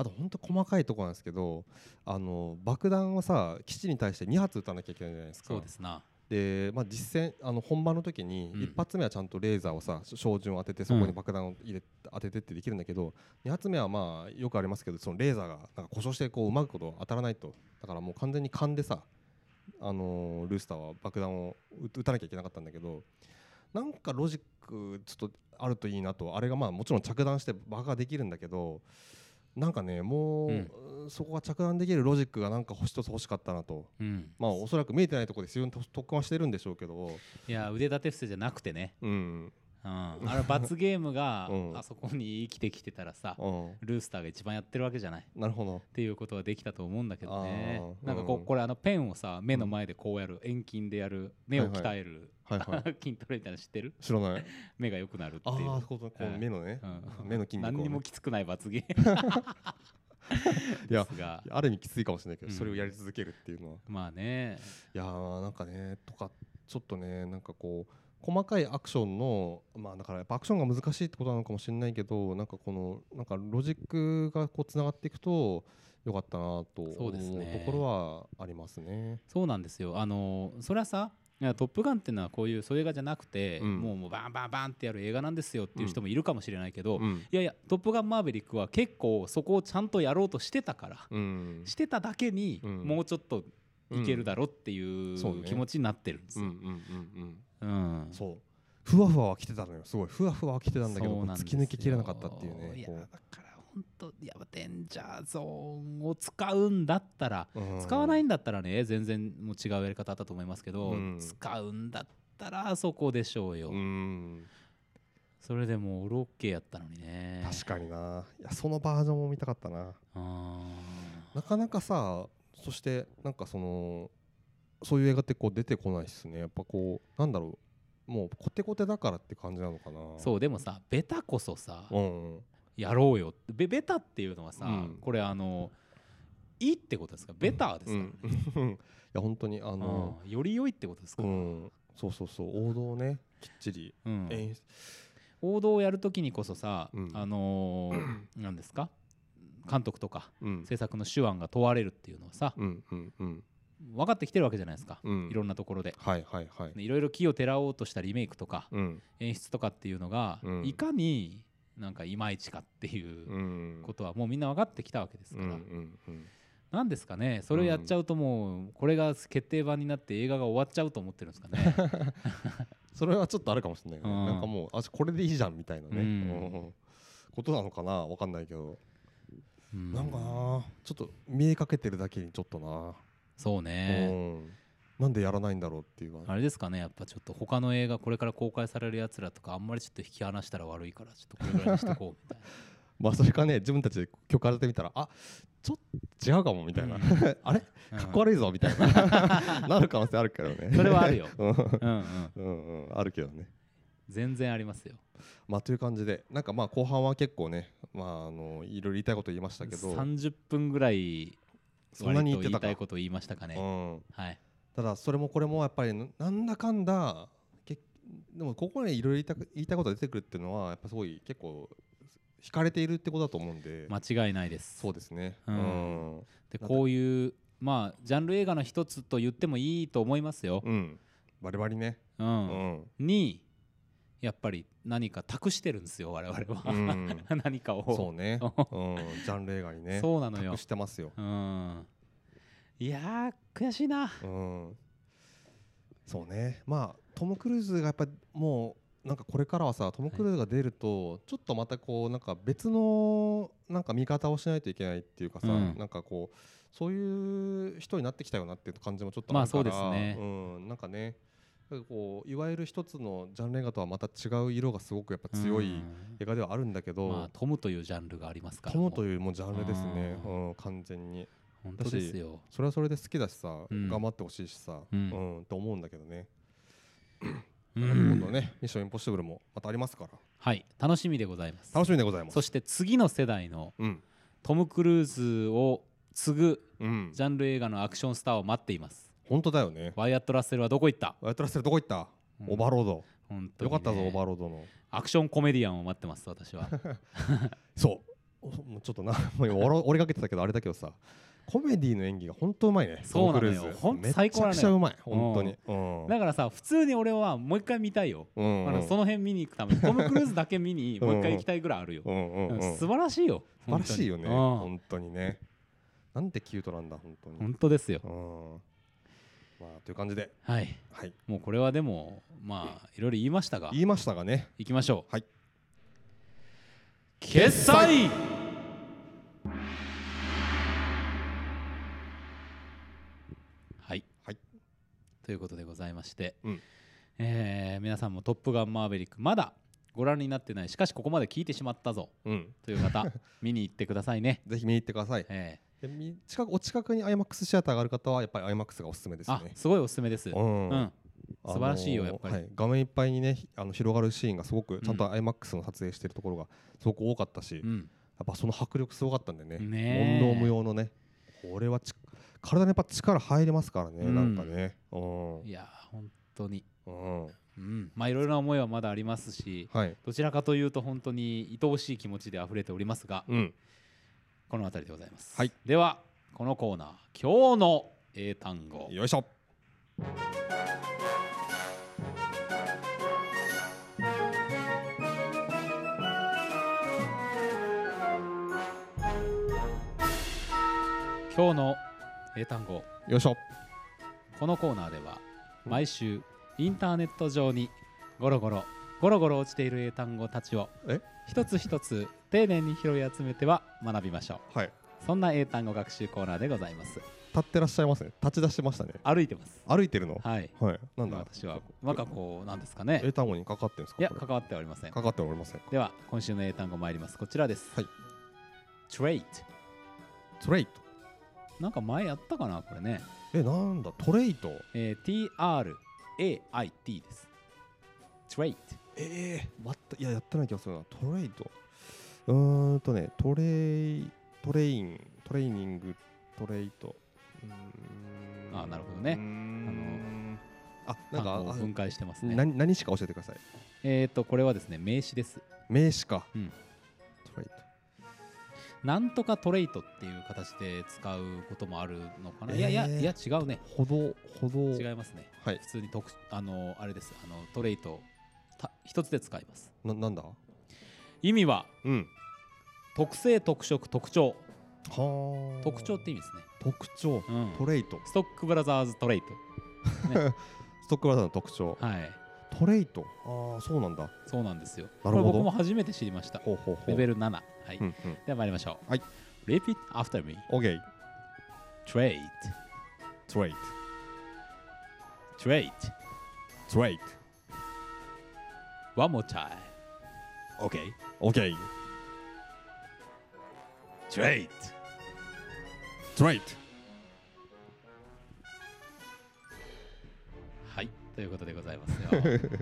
Speaker 2: あと本当細かいところなんですけど、あの爆弾はさ基地に対して2発撃たなきゃいけないじゃないですか。
Speaker 1: そうですな
Speaker 2: でまあ、実戦あの本番の時に
Speaker 1: うん
Speaker 2: 1発目はちゃんとレーザーをさ照準を当ててそこに爆弾を入れ当ててってできるんだけど2発目はまあよくありますけどそのレーザーがなんか故障してこううまくこと当たらないとだからもう完全に勘でさ、あのールースターは爆弾を撃撃たなきゃいけなかったんだけどなんかロジックちょっとあるといいなとあれがまあもちろん着弾して爆破できるんだけどなんかねもう、そこが着弾できるロジックがなんか一つ欲しかったなと
Speaker 1: うん、
Speaker 2: まあおそらく見えてないところで非常に特特訓はしてるんでしょうけど、
Speaker 1: いや腕立て伏せじゃなくてね、
Speaker 2: うん
Speaker 1: うん、あれ罰ゲームが
Speaker 2: うん
Speaker 1: あそこに生きてきてたらさ、
Speaker 2: うん、
Speaker 1: ルースターが一番やってるわけじゃないっ
Speaker 2: なるほど
Speaker 1: ていうことはできたと思うんだけどね
Speaker 2: あー
Speaker 1: なんかこ
Speaker 2: うん
Speaker 1: うこれあのペンをさ目の前でこうやる遠近でやる目を鍛える、
Speaker 2: はいはい
Speaker 1: 筋トレみたいなの知 ってる
Speaker 2: 知らない
Speaker 1: 目が良くなるって
Speaker 2: ああ
Speaker 1: いう
Speaker 2: ーそうそうこ
Speaker 1: は
Speaker 2: う
Speaker 1: い
Speaker 2: 目のね、
Speaker 1: うん
Speaker 2: 目の筋肉をね
Speaker 1: 何にもきつくない罰ゲーム
Speaker 2: いや
Speaker 1: ですが
Speaker 2: ある意味きついかもしれないけど、
Speaker 1: うん
Speaker 2: それをやり続けるっていうのは
Speaker 1: まあね
Speaker 2: いやーなんかねとかちょっとねなんかこう細かいアクションのまあだからやっぱアクションが難しいってことなのかもしれないけどなんかこのなんかロジックがこうつながっていくとよかったなと
Speaker 1: そ
Speaker 2: 思
Speaker 1: う
Speaker 2: う
Speaker 1: ですね
Speaker 2: ところはありますね。
Speaker 1: そうなんですよあのそれはさいやトップガンっていうのはこういうそういう映画じゃなくて、
Speaker 2: うん
Speaker 1: もうもうバンバンバンってやる映画なんですよっていう人もいるかもしれないけど、
Speaker 2: う
Speaker 1: い
Speaker 2: ん
Speaker 1: やいや「トップガンマーヴェリック」は結構そこをちゃんとやろうとしてたから、
Speaker 2: うん
Speaker 1: してただけに、
Speaker 2: うん
Speaker 1: もうちょっといけるだろってい
Speaker 2: そうね
Speaker 1: う気持ちになってるんです
Speaker 2: うん
Speaker 1: よ
Speaker 2: うんうん
Speaker 1: うん
Speaker 2: うんそうふわふわは来てたのよすごいふわふわは来てたんだけど
Speaker 1: そうなんです
Speaker 2: 突き
Speaker 1: よ
Speaker 2: 抜けきれなかったっていうね
Speaker 1: いや
Speaker 2: こ
Speaker 1: だ
Speaker 2: う
Speaker 1: から本当いやデンジャーゾーンを使うんだったら、
Speaker 2: うん
Speaker 1: 使わないんだったらね全然もう違うやり方だったと思いますけど、
Speaker 2: うん
Speaker 1: 使うんだったらあそこでしょうよ、
Speaker 2: うん
Speaker 1: それでもうロッケやったのにね
Speaker 2: 確かにないやそのバージョンも見たかったな
Speaker 1: あ
Speaker 2: なかなかさそしてなんかそのそういう映画ってこう出てこないっすねやっぱこうなんだろうもうコテコテだからって感じなのかな
Speaker 1: ーそうでもさベタこそさ、
Speaker 2: うんうん
Speaker 1: やろうよってベベタっていうのはさ、
Speaker 2: うん
Speaker 1: これあのいいってことですかベターです
Speaker 2: う
Speaker 1: か、ね
Speaker 2: ん いや本当にあの
Speaker 1: あーより良いってことですか、
Speaker 2: う
Speaker 1: うん
Speaker 2: んそうそうそう王道をねきっちり演出
Speaker 1: 王道をやるときにこそさ、
Speaker 2: うん
Speaker 1: あの ー、なんですか監督とか
Speaker 2: うん
Speaker 1: 制作の手腕が問われるっていうのはさ
Speaker 2: うんうんうん
Speaker 1: 分かってきてるわけじゃないですか、
Speaker 2: うん
Speaker 1: いろんなところで。
Speaker 2: はいはいはい
Speaker 1: いろいろ木をてらおうとしたリメイクとか
Speaker 2: うん
Speaker 1: 演出とかっていうのが、
Speaker 2: うん
Speaker 1: いかになんかいまいちかっていう
Speaker 2: うん
Speaker 1: ことはもうみんな分かってきたわけです
Speaker 2: うん
Speaker 1: から、
Speaker 2: うんうん
Speaker 1: なんですかねそれをやっちゃうともうこれが決定版になって映画が終わっちゃうと思ってるんですかね
Speaker 2: それはちょっとあるかもしれないよね
Speaker 1: うん
Speaker 2: なんかもうあこれでいいじゃんみたいなね
Speaker 1: うん
Speaker 2: うんことなのかなわかんないけど
Speaker 1: うん
Speaker 2: なんかなあちょっと見えかけてるだけにちょっとな、
Speaker 1: そう
Speaker 2: う
Speaker 1: ね
Speaker 2: んなんでやらないんだろうっていうのは
Speaker 1: あれですかねやっぱちょっと他の映画これから公開されるやつらとかあんまりちょっと引き離したら悪いからちょっとこれぐらいにしとこうみたいな
Speaker 2: まあそれかね自分たちで曲当ててみたらあちょっと違うかもみたいな、
Speaker 1: うん
Speaker 2: あれかっこ
Speaker 1: 悪
Speaker 2: 悪いぞ みたいななる可能性あるけどね
Speaker 1: それはあるよ
Speaker 2: うん
Speaker 1: い、 うんうん、
Speaker 2: うんうんあるけどね
Speaker 1: 全然ありますよ
Speaker 2: まあという感じでなんかまあ後半は結構ねまああのいろいろ言いたいこと言いましたけど
Speaker 1: 30分ぐらい
Speaker 2: そんなに
Speaker 1: 割と言い
Speaker 2: 言ってたか
Speaker 1: たいことを言いましたか
Speaker 2: う
Speaker 1: ね、
Speaker 2: ん、
Speaker 1: はい、
Speaker 2: ただそれもこれもやっぱりななんだかんだけでもここにいろいろ言いたく言いたいことが出てくるっていうのはやっぱすごい結構惹かれているってことだと思うんで、
Speaker 1: 間違いないです
Speaker 2: そうですねう
Speaker 1: うんん
Speaker 2: うん、
Speaker 1: でこういうまあジャンル映画の一つと言ってもいいと思いますよ、
Speaker 2: バリバリね
Speaker 1: う
Speaker 2: うんん、
Speaker 1: にやっぱり何か託してるんですよ我々
Speaker 2: う
Speaker 1: は、
Speaker 2: ん、
Speaker 1: 何かを
Speaker 2: そうね、
Speaker 1: そ
Speaker 2: うん、ジャンル映画にね
Speaker 1: そうなのよ
Speaker 2: 託してますよ、
Speaker 1: うんいやー悔しいな
Speaker 2: うん、そうねまあトム・クルーズがやっぱりもうなんかこれからはさトム・クルーズが出ると、ちょっとまたこうなんか別のなんか見方をしないといけないっていうかさ、
Speaker 1: うん
Speaker 2: なんかこうそういう人になってきたよなっていう感じもちょっと
Speaker 1: ま
Speaker 2: あ
Speaker 1: あ
Speaker 2: るから、
Speaker 1: そうですね
Speaker 2: うん、なんかねなんかこういわゆる一つのジャンル映画とはまた違う色がすごくやっぱ強
Speaker 1: う
Speaker 2: い
Speaker 1: ん
Speaker 2: 映画ではあるんだけど、
Speaker 1: まあ、トムというジャンルがありますから
Speaker 2: トムと
Speaker 1: う
Speaker 2: いうもうジャンルですね、
Speaker 1: う
Speaker 2: うん、完全に
Speaker 1: 本当ですよ
Speaker 2: それはそれで好きだしさ、
Speaker 1: うん
Speaker 2: 頑張ってほしいしさ、う
Speaker 1: うんん
Speaker 2: と思うんだけどね、
Speaker 1: う
Speaker 2: 今度
Speaker 1: ん
Speaker 2: ね「ミッションインポッシブル」もまたありますから
Speaker 1: はい楽しみでございます
Speaker 2: 楽しみでございます
Speaker 1: そして次の世代の
Speaker 2: うん
Speaker 1: トム・クルーズを継ぐ
Speaker 2: うん
Speaker 1: ジャンル映画のアクションスターを待っています
Speaker 2: 本当だよね
Speaker 1: ワイアット・ラッセルはどこ行った
Speaker 2: やってらっしゃるどこ行った、
Speaker 1: うん
Speaker 2: オーバーロード、
Speaker 1: 本当
Speaker 2: よ
Speaker 1: に
Speaker 2: か
Speaker 1: ね
Speaker 2: ったぞオーバーロードの
Speaker 1: アクションコメディアンを待ってます私は
Speaker 2: そうおもうちょっとなもう今 折ろ折りかけてたけどあれだけどさコメディの演技が本当うまいね
Speaker 1: そうなのよ
Speaker 2: トムクルーズ
Speaker 1: ほんと最高なのよ
Speaker 2: めちゃくちゃうまい本当にうん
Speaker 1: だからさ普通に俺はもう一回見たいよ
Speaker 2: うん
Speaker 1: あのその辺見に行くた めにトム・クルーズだけ見にもう一回行きたいぐらいあるよ、
Speaker 2: うんうんうん
Speaker 1: うん素晴らしいよ
Speaker 2: 素晴らしいよね
Speaker 1: 本
Speaker 2: 本当にねなんてキュートなんだ本当
Speaker 1: 当
Speaker 2: に
Speaker 1: にうん本当ですよ
Speaker 2: うんまあという感じで
Speaker 1: はい
Speaker 2: はい
Speaker 1: もうこれはでもまあいろいろ言いましたが
Speaker 2: 言いましたがね
Speaker 1: 行きましょう
Speaker 2: はい
Speaker 1: 決済ということでございまして、
Speaker 2: うん
Speaker 1: えー皆さんも「トップガンマーヴェリック」まだご覧になってないしかしここまで聞いてしまったぞ
Speaker 2: うん、
Speaker 1: という 方見に行ってくださいね。
Speaker 2: ぜひ見に行ってください、
Speaker 1: え
Speaker 2: でみ近くお近くに IMAX シアターがある方はやっぱり IMAX がおすすめで
Speaker 1: ー
Speaker 2: す
Speaker 1: あ
Speaker 2: ね。
Speaker 1: すごいおすすめです。
Speaker 2: うん
Speaker 1: うん、
Speaker 2: あのー
Speaker 1: 素晴らしいよやっぱり
Speaker 2: はい画面いっぱいにねひあの広がるシーンがすごくちゃんと IMAX の撮影してるところがすごく多かったし、
Speaker 1: う
Speaker 2: や
Speaker 1: ん、
Speaker 2: っぱその迫力すごかったんでね
Speaker 1: ねえ
Speaker 2: 問答無用のねこれはち体にやっぱ力入れますからね、
Speaker 1: うん
Speaker 2: なんかねうん、
Speaker 1: いやー本当に、
Speaker 2: うん、
Speaker 1: うん、まあいろいろな思いはまだありますし
Speaker 2: はい、
Speaker 1: どちらかというと本当に愛おしい気持ちで溢れておりますが、
Speaker 2: うん、
Speaker 1: この辺りでございます、
Speaker 2: はい
Speaker 1: ではこのコーナー今日の英単語
Speaker 2: よいしょ
Speaker 1: 今日の英単語
Speaker 2: よいしょ
Speaker 1: このコーナーでは毎週インターネット上にゴロゴロゴロゴロ落ちている英単語たちを
Speaker 2: え
Speaker 1: 一つ一つ丁寧に拾い集めては学びましょ
Speaker 2: はい、
Speaker 1: うそんな英単語学習コーナーでございます
Speaker 2: 立ってらっしゃいますね立ち出してましたね
Speaker 1: 歩いてます
Speaker 2: 歩いてるのは
Speaker 1: はい
Speaker 2: い、なんだ
Speaker 1: 私はなんかこうなんですか
Speaker 2: 英
Speaker 1: ね
Speaker 2: 単語にかかってるんです
Speaker 1: い
Speaker 2: か
Speaker 1: や
Speaker 2: これ
Speaker 1: 関わってはおりません
Speaker 2: かかっておりません
Speaker 1: では今週の英単語参りますこちらです
Speaker 2: はい
Speaker 1: trait
Speaker 2: トレイト
Speaker 1: なんか前やったかなこれね
Speaker 2: えなんだトレイト
Speaker 1: えー TRAIT です。trait。
Speaker 2: ええまたいややってない気がするなトレイトうーんとねトレイトレイントレーニングトレイトうーん
Speaker 1: あなるほどね
Speaker 2: うーんあなん
Speaker 1: 単
Speaker 2: か
Speaker 1: 語を
Speaker 2: あ
Speaker 1: 分解してますね。
Speaker 2: 何何しか教えてください
Speaker 1: えっ、と、これはですね、名詞です。
Speaker 2: 名詞か、
Speaker 1: うん
Speaker 2: トレイト
Speaker 1: なんとかトレイトっていう形で使うこともあるのかな。いやいや、
Speaker 2: えー
Speaker 1: いや、違うね。
Speaker 2: 歩道歩道
Speaker 1: 違いますね。
Speaker 2: はい
Speaker 1: 普通に特、あの、あれです。あのトレイトた、一つで使います。
Speaker 2: ななんだ
Speaker 1: 意味は、
Speaker 2: うん
Speaker 1: 特性、特色、特徴。
Speaker 2: はあ
Speaker 1: 特徴って意味ですね。
Speaker 2: 特徴
Speaker 1: うん
Speaker 2: トレイト
Speaker 1: ストックブラザーズトレイ
Speaker 2: ストックバザーの特徴
Speaker 1: ト。はい。
Speaker 2: トレイトああそうなんだ
Speaker 1: そうなんですよ。
Speaker 2: なるほど
Speaker 1: これ僕も初めて知りました。
Speaker 2: ほうほうほう
Speaker 1: レベル7。はい。
Speaker 2: うんうん
Speaker 1: では参りましょう。
Speaker 2: はい。
Speaker 1: Repeat after me.
Speaker 2: オーケー
Speaker 1: Trait.
Speaker 2: トレイ
Speaker 1: Trait.
Speaker 2: トトレイト
Speaker 1: One more time. Okay.
Speaker 2: オーケー
Speaker 1: Trait.
Speaker 2: トレイト
Speaker 1: はい。ということでございますよ。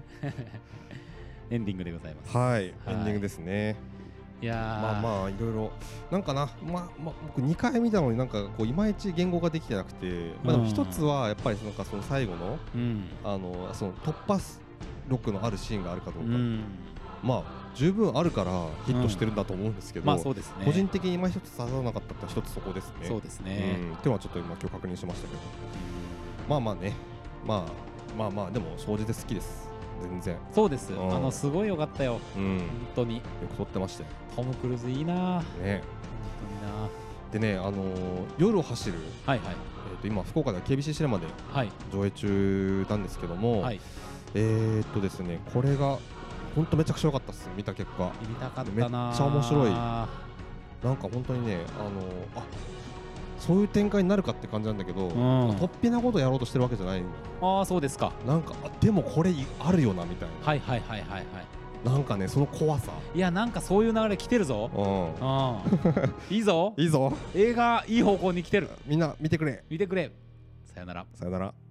Speaker 1: エンディングでございます。
Speaker 2: はい、エンディングですね。
Speaker 1: いやー、
Speaker 2: まあまあいろいろなんかな、まあまあ僕二回見たのになんかこういまいち言語ができてなくて、まあでも一つはやっぱりなんかその最後の
Speaker 1: うん。
Speaker 2: あのその突破力のあるシーンがあるかどう
Speaker 1: う
Speaker 2: か、
Speaker 1: ん。
Speaker 2: まあ十分あるからヒットしてるんだと思うんですけど、
Speaker 1: まあそうですね。
Speaker 2: 個人的に今一つ刺さらなかったって一つそこですね。
Speaker 1: そうです
Speaker 2: う
Speaker 1: ね。
Speaker 2: ん、っていうのはちょっと今今日確認しましたけど、まあまあね、まあまあまあでも掃除で好きです。全然、
Speaker 1: そうです。
Speaker 2: うん
Speaker 1: あの、すごいよかったよ。
Speaker 2: うん、よ
Speaker 1: 本当に。
Speaker 2: く撮ってましたよ
Speaker 1: トム・クルーズいいな。
Speaker 2: ね。
Speaker 1: 本当にな。
Speaker 2: でね、あのー夜を走る、
Speaker 1: はいはい。
Speaker 2: えー、と今、福岡では KBC シネマで
Speaker 1: はい。
Speaker 2: 上映中なんですけども、
Speaker 1: はい。
Speaker 2: えー、っとですね、これが本当めちゃくちゃ良かったです、見た結果、
Speaker 1: 見たかったな。
Speaker 2: めっちゃ面白い
Speaker 1: は
Speaker 2: なんか本当にね、あのーあそういう展開になるかって感じなんだけど、
Speaker 1: ん
Speaker 2: 突飛なことやろうとしてるわけじゃないんだよ
Speaker 1: ああ、そうですか。
Speaker 2: なんか、あでもこれあるよなみたいな、
Speaker 1: はいはいはいはいはい。
Speaker 2: なんかね、その怖さ、
Speaker 1: いやなんかそういう流れ来てるぞ。
Speaker 2: うん、
Speaker 1: うん。 いいぞ。
Speaker 2: いいぞ、
Speaker 1: 映画いい方向に来てる。
Speaker 2: みんな見てくれ、
Speaker 1: 見てくれ。さよなら。
Speaker 2: さよなら。